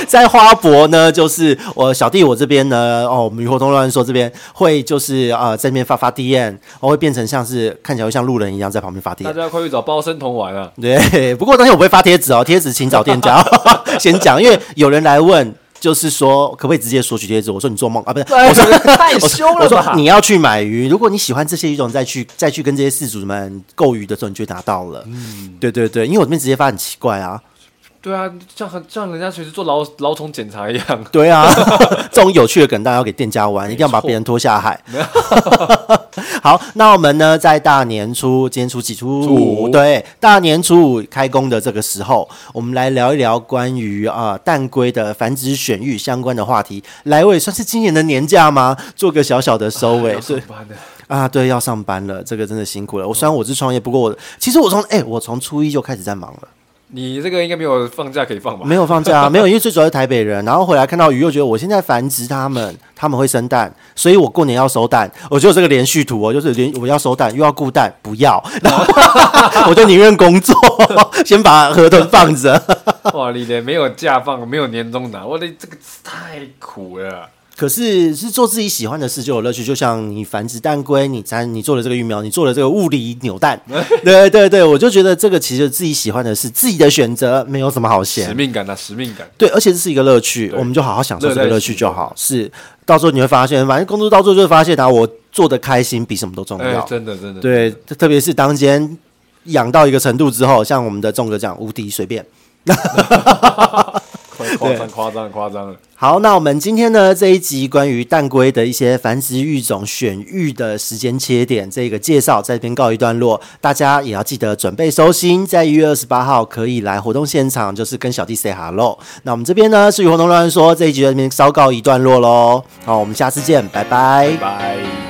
Speaker 1: 在花博呢，就是我小弟我这边呢，哦，我们鱼活通乱说这边会就是呃在那边发发 DM，我、哦、会变成像是看起来会像路人一样在旁边发 DM
Speaker 2: 大。家快去找包生童玩啊，
Speaker 1: 对，不过当天我不会发贴纸哦，贴纸请找店家。哦 先讲，因为有人来问，就是说可不可以直接索取贴纸？我说你做梦啊，不是，
Speaker 2: 哎
Speaker 1: 我说
Speaker 2: 太羞了
Speaker 1: 我说
Speaker 2: 吧
Speaker 1: 你要去买鱼，如果你喜欢这些鱼种，再去再去跟这些饲主们购鱼的时候，你就会拿到了。嗯，对对对，因为我这边直接发很奇怪啊。
Speaker 2: 对啊，像很像人家随时做劳劳虫检查一 样，
Speaker 1: 对啊，这种有趣的梗大家要给店家玩，一定要把别人拖下 海。好，那我们呢，在大年初，今天初几？初
Speaker 2: 初
Speaker 1: 五。
Speaker 2: 五
Speaker 1: 对，大年初五开工的这个时候，我们来聊一聊关于啊、呃蛋龟的繁殖选育相关的话题。来位算是今年的年假吗？做个小小的收 尾。
Speaker 2: 要
Speaker 1: 对
Speaker 2: 上班的，
Speaker 1: 啊，对，要上班了，这个真的辛苦了。我虽然我是创业，不过我其实我从哎、我从初一就开始在忙了。
Speaker 2: 你这个应该没有放假可以放 吧？
Speaker 1: 没有放假、啊，没有，因为最主要是台北人，然后回来看到鱼，又觉得我现在繁殖它们，它们会生蛋，所以我过年要收蛋。我就有这个连续图哦，就是连我要收蛋，又要顾蛋，不要， 然后我就宁愿工作，先把合同放着。
Speaker 2: 哇，你连没有假放，没有年终拿，我的这个太苦了。
Speaker 1: 可是是做自己喜欢的事就有乐趣，就像你繁殖蛋龟，你咱你做了这个育苗，你做了这个物理扭蛋，对对对，我就觉得这个其实自己喜欢的事，自己的选择，没有什么好嫌
Speaker 2: 使。命感呐、啊，使命感。
Speaker 1: 对，而且这是一个乐趣，
Speaker 2: 对
Speaker 1: 我们就好好享受这个
Speaker 2: 乐在
Speaker 1: 乐
Speaker 2: 其
Speaker 1: 趣
Speaker 2: 中
Speaker 1: 就好。是，到时候你会发现，反正工作到最后就会发现啊，我做的开心比什么都重
Speaker 2: 哎、
Speaker 1: 要。
Speaker 2: 真的真的，
Speaker 1: 对，特特别是当今天养到一个程度之后，像我们的仲哥讲，无敌随便。
Speaker 2: 夸夸张夸张夸张了。
Speaker 1: 好，那我们今天呢这一集关于蛋龟的一些繁殖育种选育的时间切点这个介绍，在这边告一段落。大家也要记得准备收心，在一月二十八号可以来活动现场，就是跟小弟 say hello。那我们这边呢是与活动乱说这一集就在这边稍告一段落喽。好，我们下次见，拜拜
Speaker 2: 拜拜。